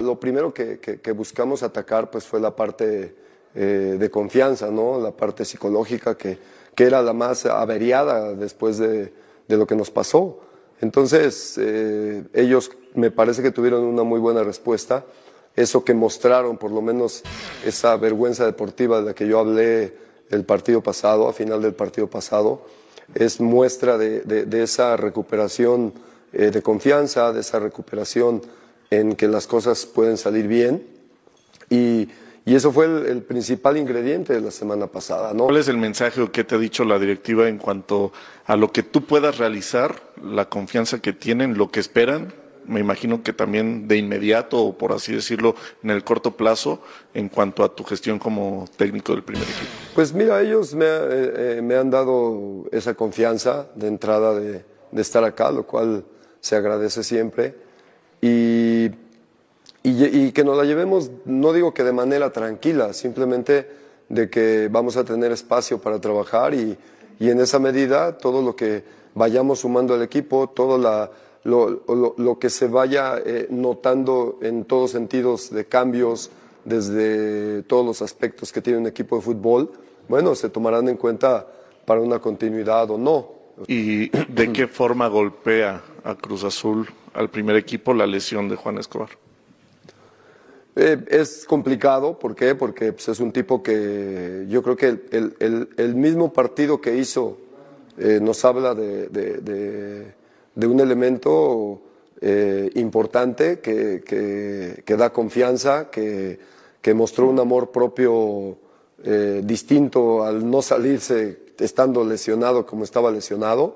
Speaker 5: Lo primero que, que- que buscamos atacar pues, fue la parte eh, de confianza, ¿no? la parte psicológica que, que era la más averiada después de, de lo que nos pasó. Entonces, eh, ellos me parece que tuvieron una muy buena respuesta. Eso que mostraron, por lo menos esa vergüenza deportiva de la que yo hablé el partido pasado, a final del partido pasado, es muestra de, de- de esa recuperación eh, de confianza, de esa recuperación en que las cosas pueden salir bien. Y, y eso fue el, el principal ingrediente de la semana pasada, ¿no?
Speaker 6: ¿Cuál es el mensaje o qué te ha dicho la directiva en cuanto a lo que tú puedas realizar, la confianza que tienen, lo que esperan? Me imagino que también de inmediato o por así decirlo en el corto plazo en cuanto a tu gestión como técnico del primer equipo.
Speaker 5: Pues mira, ellos me, eh, eh, me han dado esa confianza de entrada de, de estar acá, lo cual se agradece siempre. Y, y lle- y que nos la llevemos, no digo que de manera tranquila, simplemente de que vamos a tener espacio para trabajar y, y en esa medida todo lo que vayamos sumando al equipo, todo la- lo, lo- lo que se vaya eh, notando en todos sentidos de cambios, desde todos los aspectos que tiene un equipo de fútbol, bueno, se tomarán en cuenta para una continuidad o no.
Speaker 6: ¿Y de qué forma golpea a Cruz Azul, al primer equipo, la lesión de Juan Escobar?
Speaker 5: Eh, es complicado, ¿por qué? Porque pues, es un tipo que yo creo que el, el- el- el mismo partido que hizo eh, nos habla de, de- de- de un elemento eh, importante que, que- que da confianza, que, que mostró un amor propio eh, distinto al no salirse estando lesionado como estaba lesionado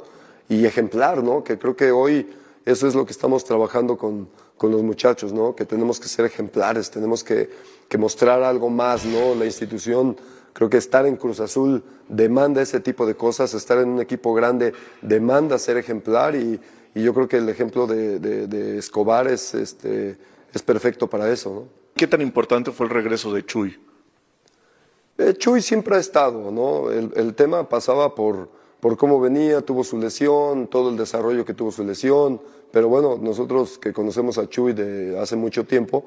Speaker 5: y ejemplar, ¿no? Que creo que hoy eso es lo que estamos trabajando con, con los muchachos, ¿no? Que tenemos que ser ejemplares, tenemos que, que mostrar algo más, ¿no? La institución, creo que estar en Cruz Azul demanda ese tipo de cosas, estar en un equipo grande demanda ser ejemplar y, y yo creo que el ejemplo de, de- de Escobar es, este, es perfecto para eso, ¿no?
Speaker 6: ¿Qué tan importante fue el regreso de Chuy?
Speaker 5: Eh, Chuy siempre ha estado, ¿no? El, el tema pasaba por, por cómo venía, tuvo su lesión, todo el desarrollo que tuvo su lesión, pero bueno, nosotros que conocemos a Chuy de hace mucho tiempo,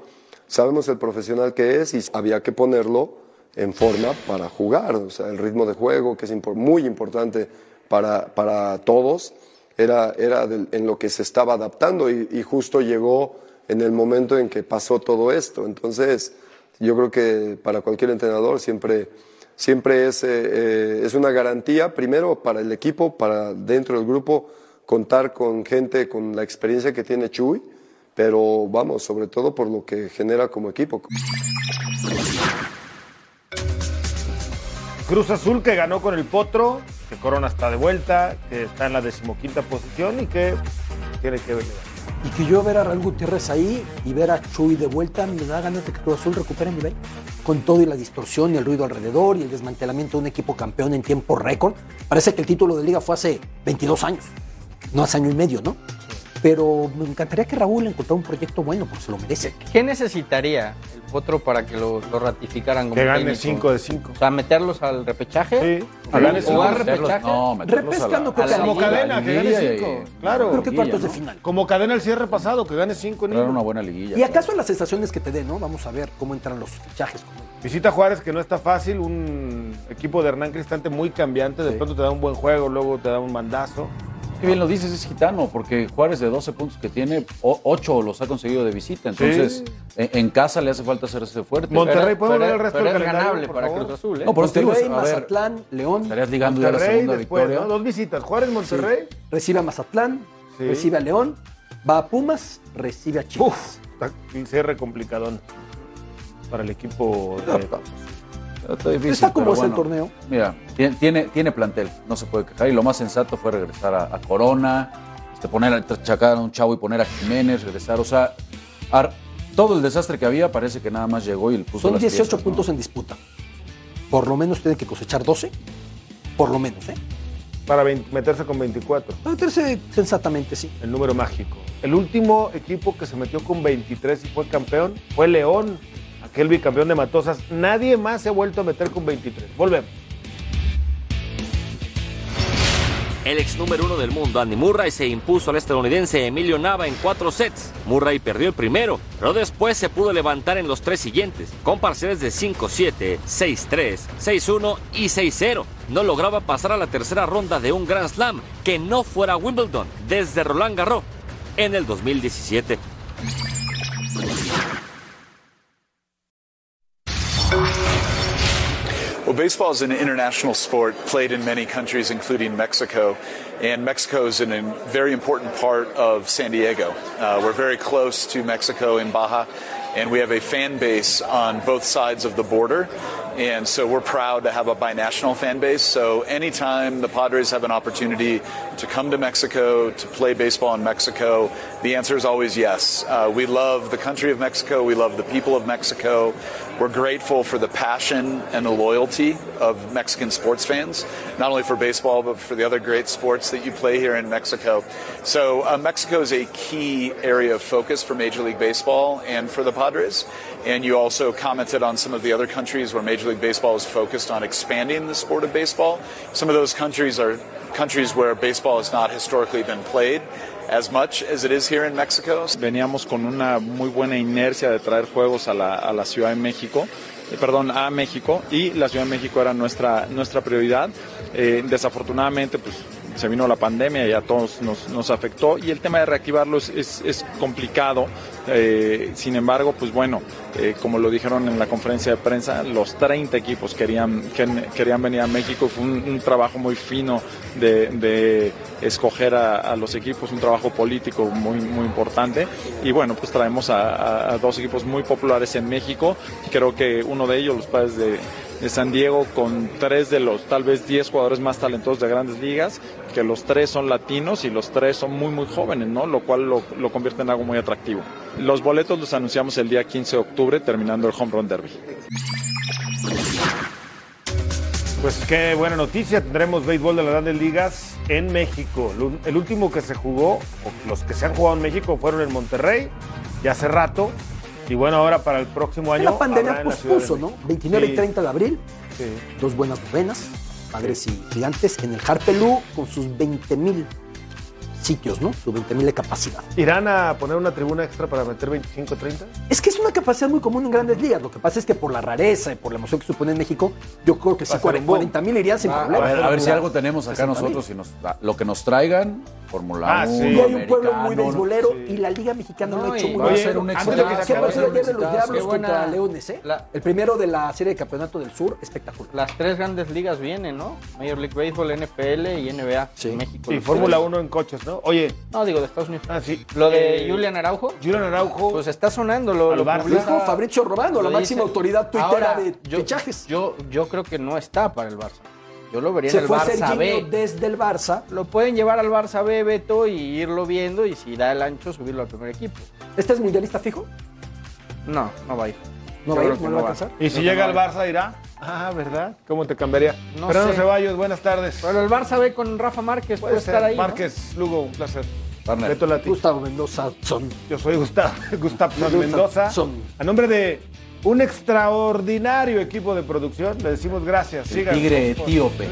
Speaker 5: sabemos el profesional que es y había que ponerlo en forma para jugar, o sea, el ritmo de juego, que es impor- muy importante para, para todos, era, era del- en lo que se estaba adaptando y, y justo llegó en el momento en que pasó todo esto, entonces yo creo que para cualquier entrenador siempre, siempre es, eh, eh, es una garantía, primero para el equipo, para dentro del grupo, contar con gente con la experiencia que tiene Chuy, pero vamos, sobre todo por lo que genera como equipo.
Speaker 1: Cruz Azul que ganó con el Potro, que Corona está de vuelta, que está en la decimoquinta posición y que tiene que venir.
Speaker 2: Y que yo ver a Raúl Gutiérrez ahí y ver a Chuy de vuelta, me da ganas de que Cruz Azul recupere nivel. Con todo y la distorsión y el ruido alrededor y el desmantelamiento de un equipo campeón en tiempo récord. Parece que el título de liga fue hace 22 años, no hace año y medio, ¿no? Pero me encantaría que Raúl encontrara un proyecto bueno, porque se lo merece.
Speaker 3: ¿Qué necesitaría el Potro para que lo, lo ratificaran como
Speaker 1: Que gane
Speaker 3: técnico?
Speaker 1: 5 de 5.
Speaker 3: O sea, meterlos al repechaje.
Speaker 1: Sí.
Speaker 3: O
Speaker 1: Ganar
Speaker 3: o a
Speaker 4: meterlos-
Speaker 3: repechaje.
Speaker 4: no, meterlos
Speaker 2: Repesca
Speaker 4: a la-
Speaker 2: no
Speaker 4: a la
Speaker 3: como
Speaker 4: liguilla,
Speaker 1: cadena, que gane
Speaker 4: liguilla
Speaker 1: cinco,
Speaker 4: y-
Speaker 1: claro.
Speaker 4: liguilla,
Speaker 1: Creo que
Speaker 2: cuartos de
Speaker 4: ¿no?
Speaker 2: final.
Speaker 1: Como cadena el cierre pasado, que gane 5 en
Speaker 4: Pero era
Speaker 1: hilo.
Speaker 4: una buena liguilla.
Speaker 2: ¿Y acaso las sensaciones que te dé, no? Vamos a ver cómo entran los fichajes. cómo-
Speaker 1: Visita Juárez, que no está fácil, un equipo de Hernán Cristante muy cambiante, de pronto te da un buen juego, luego te da un mandazo.
Speaker 4: Qué bien lo dices, es gitano, porque Juárez de 12 puntos que tiene, 8 los ha conseguido de visita. Entonces, en, en casa le hace falta hacerse fuerte.
Speaker 1: Monterrey, ¿podemos
Speaker 3: Pero-
Speaker 1: ver el resto
Speaker 3: pero
Speaker 1: del
Speaker 3: es
Speaker 1: calendario,
Speaker 3: ganable
Speaker 1: por
Speaker 3: para
Speaker 1: favor?
Speaker 3: Cruz Azul, ¿eh?
Speaker 4: No, por eso te digo,
Speaker 2: Monterrey,
Speaker 4: a ver,
Speaker 2: Mazatlán, León.
Speaker 4: estarías ligando ya la
Speaker 1: Monterrey
Speaker 4: segunda
Speaker 1: después,
Speaker 4: victoria.
Speaker 1: ¿no? Dos visitas, Juárez, Monterrey.
Speaker 2: Recibe a Mazatlán,
Speaker 1: Sí.
Speaker 2: recibe a León, va a Pumas, recibe a Chivas.
Speaker 1: Uf, está un cierre complicadón para el equipo de
Speaker 4: Está difícil,
Speaker 2: Está como
Speaker 4: pero
Speaker 2: es el
Speaker 4: bueno.
Speaker 2: torneo.
Speaker 4: Mira, tiene, tiene, tiene plantel, no se puede quejar. Y lo más sensato fue regresar a, a Corona, este, poner a chacar a un chavo y poner a Jiménez, regresar. O sea, ar- todo el desastre que había parece que nada más llegó y le puso
Speaker 2: Son
Speaker 4: las
Speaker 2: 18
Speaker 4: piezas, ¿no?
Speaker 2: puntos en disputa. Por lo menos tienen que cosechar 12. Por lo menos, ¿eh?
Speaker 1: para vein- meterse con 24,
Speaker 2: Para meterse sensatamente, sí.
Speaker 1: el número mágico. El último equipo que se metió con 23 y fue campeón fue León, aquel bicampeón de Matosas. Nadie más se ha vuelto a meter con 23. Volvemos.
Speaker 7: El ex número uno del mundo, Andy Murray, se impuso al estadounidense Emilio Nava en cuatro sets. Murray perdió el primero, pero después Pues se pudo levantar en los tres siguientes, con parciales de 5-7, 6-3, 6-1 y 6-0. No lograba pasar a la tercera ronda de un Grand Slam que no fuera Wimbledon desde Roland Garros en el 2017.
Speaker 8: Well, baseball is an international sport played in many countries, including Mexico. And Mexico is an, a very important part of San Diego. Uh, we're very close to Mexico in Baja, and we have a fan base on both sides of the border. And so we're proud to have a binational fan base. So anytime the Padres have an opportunity to come to Mexico, to play baseball in Mexico, the answer is always yes. Uh, we love the country of Mexico. We love the people of Mexico. We're grateful for the passion and the loyalty of Mexican sports fans, not only for baseball, but for the other great sports that you play here in Mexico. So, uh, Mexico is a key area of focus for Major League Baseball and for the Padres. And you also commented on some of the other countries where Major League Baseball is focused on expanding the sport of baseball. Some of those countries are countries where baseball has not historically been played as much as it is here in Mexico.
Speaker 9: Veníamos con una muy buena inercia de traer juegos a la, a la Ciudad de México, eh, perdón, a México, y la Ciudad de México era nuestra, nuestra prioridad. Eh, desafortunadamente, pues se vino la pandemia y a todos nos, nos afectó y el tema de reactivarlo es, es- es complicado. Eh, sin embargo, pues bueno, eh, como lo dijeron en la conferencia de prensa, los 30 equipos querían, querían, querían venir a México. Fue un, un trabajo muy fino de, de escoger a, a los equipos, un trabajo político muy, muy importante. Y bueno, pues traemos a, a- a dos equipos muy populares en México. Creo que uno de ellos, los padres de, de San Diego, con tres de los tal vez 10 jugadores más talentosos de grandes ligas, que los tres son latinos y los tres son muy, muy jóvenes, ¿no? Lo cual lo, lo convierte en algo muy atractivo. Los boletos los anunciamos el día 15 de octubre, terminando el Home Run Derby.
Speaker 1: Pues qué buena noticia, tendremos béisbol de las grandes ligas en México. Lu- El último que se jugó, o los que se han jugado en México, fueron en Monterrey, ya hace rato. Y bueno, ahora para el próximo año.
Speaker 2: La
Speaker 1: habrá
Speaker 2: pandemia
Speaker 1: en la Ciudad de
Speaker 2: pospuso, ¿no?
Speaker 1: México.
Speaker 2: 29
Speaker 1: Sí,
Speaker 2: y 30 de abril,
Speaker 1: sí.
Speaker 2: dos buenas novenas, padres y gigantes, en el Harpelú con sus 20 mil sitios, ¿no? Su 20 mil de capacidad.
Speaker 1: ¿Irán a poner una tribuna extra para meter 25 30?
Speaker 2: Es que es una capacidad muy común en grandes ligas. Lo que pasa es que por la rareza y por la emoción que supone en México, yo creo que sí,
Speaker 1: Va a ser un boom.
Speaker 2: 40 mil irían sin
Speaker 4: Ah,
Speaker 2: problema.
Speaker 4: A ver, a ver si
Speaker 2: Claro.
Speaker 4: algo tenemos acá
Speaker 2: 60,000.
Speaker 4: nosotros y nos, lo que nos traigan, Fórmula
Speaker 1: Ah, sí.
Speaker 4: 1,
Speaker 1: Y
Speaker 2: Y hay un pueblo muy
Speaker 4: americano, ¿no?
Speaker 2: beisbolero y la Liga Mexicana
Speaker 3: No,
Speaker 2: lo ha hecho
Speaker 3: y-
Speaker 2: muy
Speaker 4: Va a
Speaker 1: Oye,
Speaker 2: bien.
Speaker 4: ser un
Speaker 1: antes de que se
Speaker 4: exitazo.
Speaker 2: ¿Qué
Speaker 1: acabe
Speaker 4: va a
Speaker 2: pasó
Speaker 4: ser
Speaker 2: el
Speaker 4: un
Speaker 2: día de los
Speaker 4: exitazo.
Speaker 2: Diablos
Speaker 3: Qué buena-
Speaker 2: contra Leones, eh?
Speaker 3: la-
Speaker 2: El primero de la serie de campeonato del sur, espectacular.
Speaker 3: Las tres grandes ligas vienen, ¿no? Major League Baseball, NFL y NBA.
Speaker 2: Sí.
Speaker 3: México.
Speaker 1: Y
Speaker 3: los
Speaker 1: Fórmula
Speaker 3: tres.
Speaker 1: 1 en coches, ¿no? Oye,
Speaker 3: No, digo, de Estados Unidos.
Speaker 1: ah, sí.
Speaker 3: Lo de
Speaker 1: eh,
Speaker 3: Julian Araujo,
Speaker 1: Julian Araujo.
Speaker 3: pues está sonando. Lo,
Speaker 1: Al
Speaker 3: lo
Speaker 1: Barça.
Speaker 3: publica-
Speaker 2: Dijo Fabricio Romano, la
Speaker 3: lo
Speaker 2: máxima
Speaker 3: dice.
Speaker 2: autoridad tuitera
Speaker 3: Ahora,
Speaker 2: de
Speaker 3: yo-
Speaker 2: fichajes.
Speaker 3: Yo, yo creo que no está para el Barça. Yo lo vería
Speaker 2: Se
Speaker 3: en el
Speaker 2: fue
Speaker 3: Barça B.
Speaker 2: Serginho desde el Barça.
Speaker 3: Lo pueden llevar al Barça B, Beto, y irlo viendo. Y si da el ancho, subirlo al primer equipo.
Speaker 2: ¿Este es mundialista fijo?
Speaker 3: No, no va a ir.
Speaker 2: ¿No
Speaker 3: Yo
Speaker 2: va a ir?
Speaker 3: creo que
Speaker 2: ¿No lo va a alcanzar?
Speaker 1: y
Speaker 3: creo
Speaker 1: si
Speaker 3: que
Speaker 1: llega al
Speaker 3: no hay.
Speaker 1: Barça, irá. Ah, ¿verdad? ¿Cómo te cambiaría?
Speaker 3: No
Speaker 1: Fernando
Speaker 3: sé.
Speaker 1: Ceballos, buenas tardes.
Speaker 3: Pero el Barça B con Rafa Márquez puede,
Speaker 1: Puede
Speaker 3: estar
Speaker 1: ser.
Speaker 3: ahí. ¿no?
Speaker 1: Pues, Márquez, Lugo, un placer.
Speaker 4: Partner.
Speaker 1: Beto Lati.
Speaker 2: Gustavo Mendoza son.
Speaker 1: Yo soy Gustavo, Gustavo
Speaker 2: Gustavo
Speaker 1: Mendoza.
Speaker 2: Son.
Speaker 1: A nombre de un extraordinario equipo de producción, le decimos gracias.
Speaker 4: El
Speaker 1: Sigan.
Speaker 4: tigre etíope.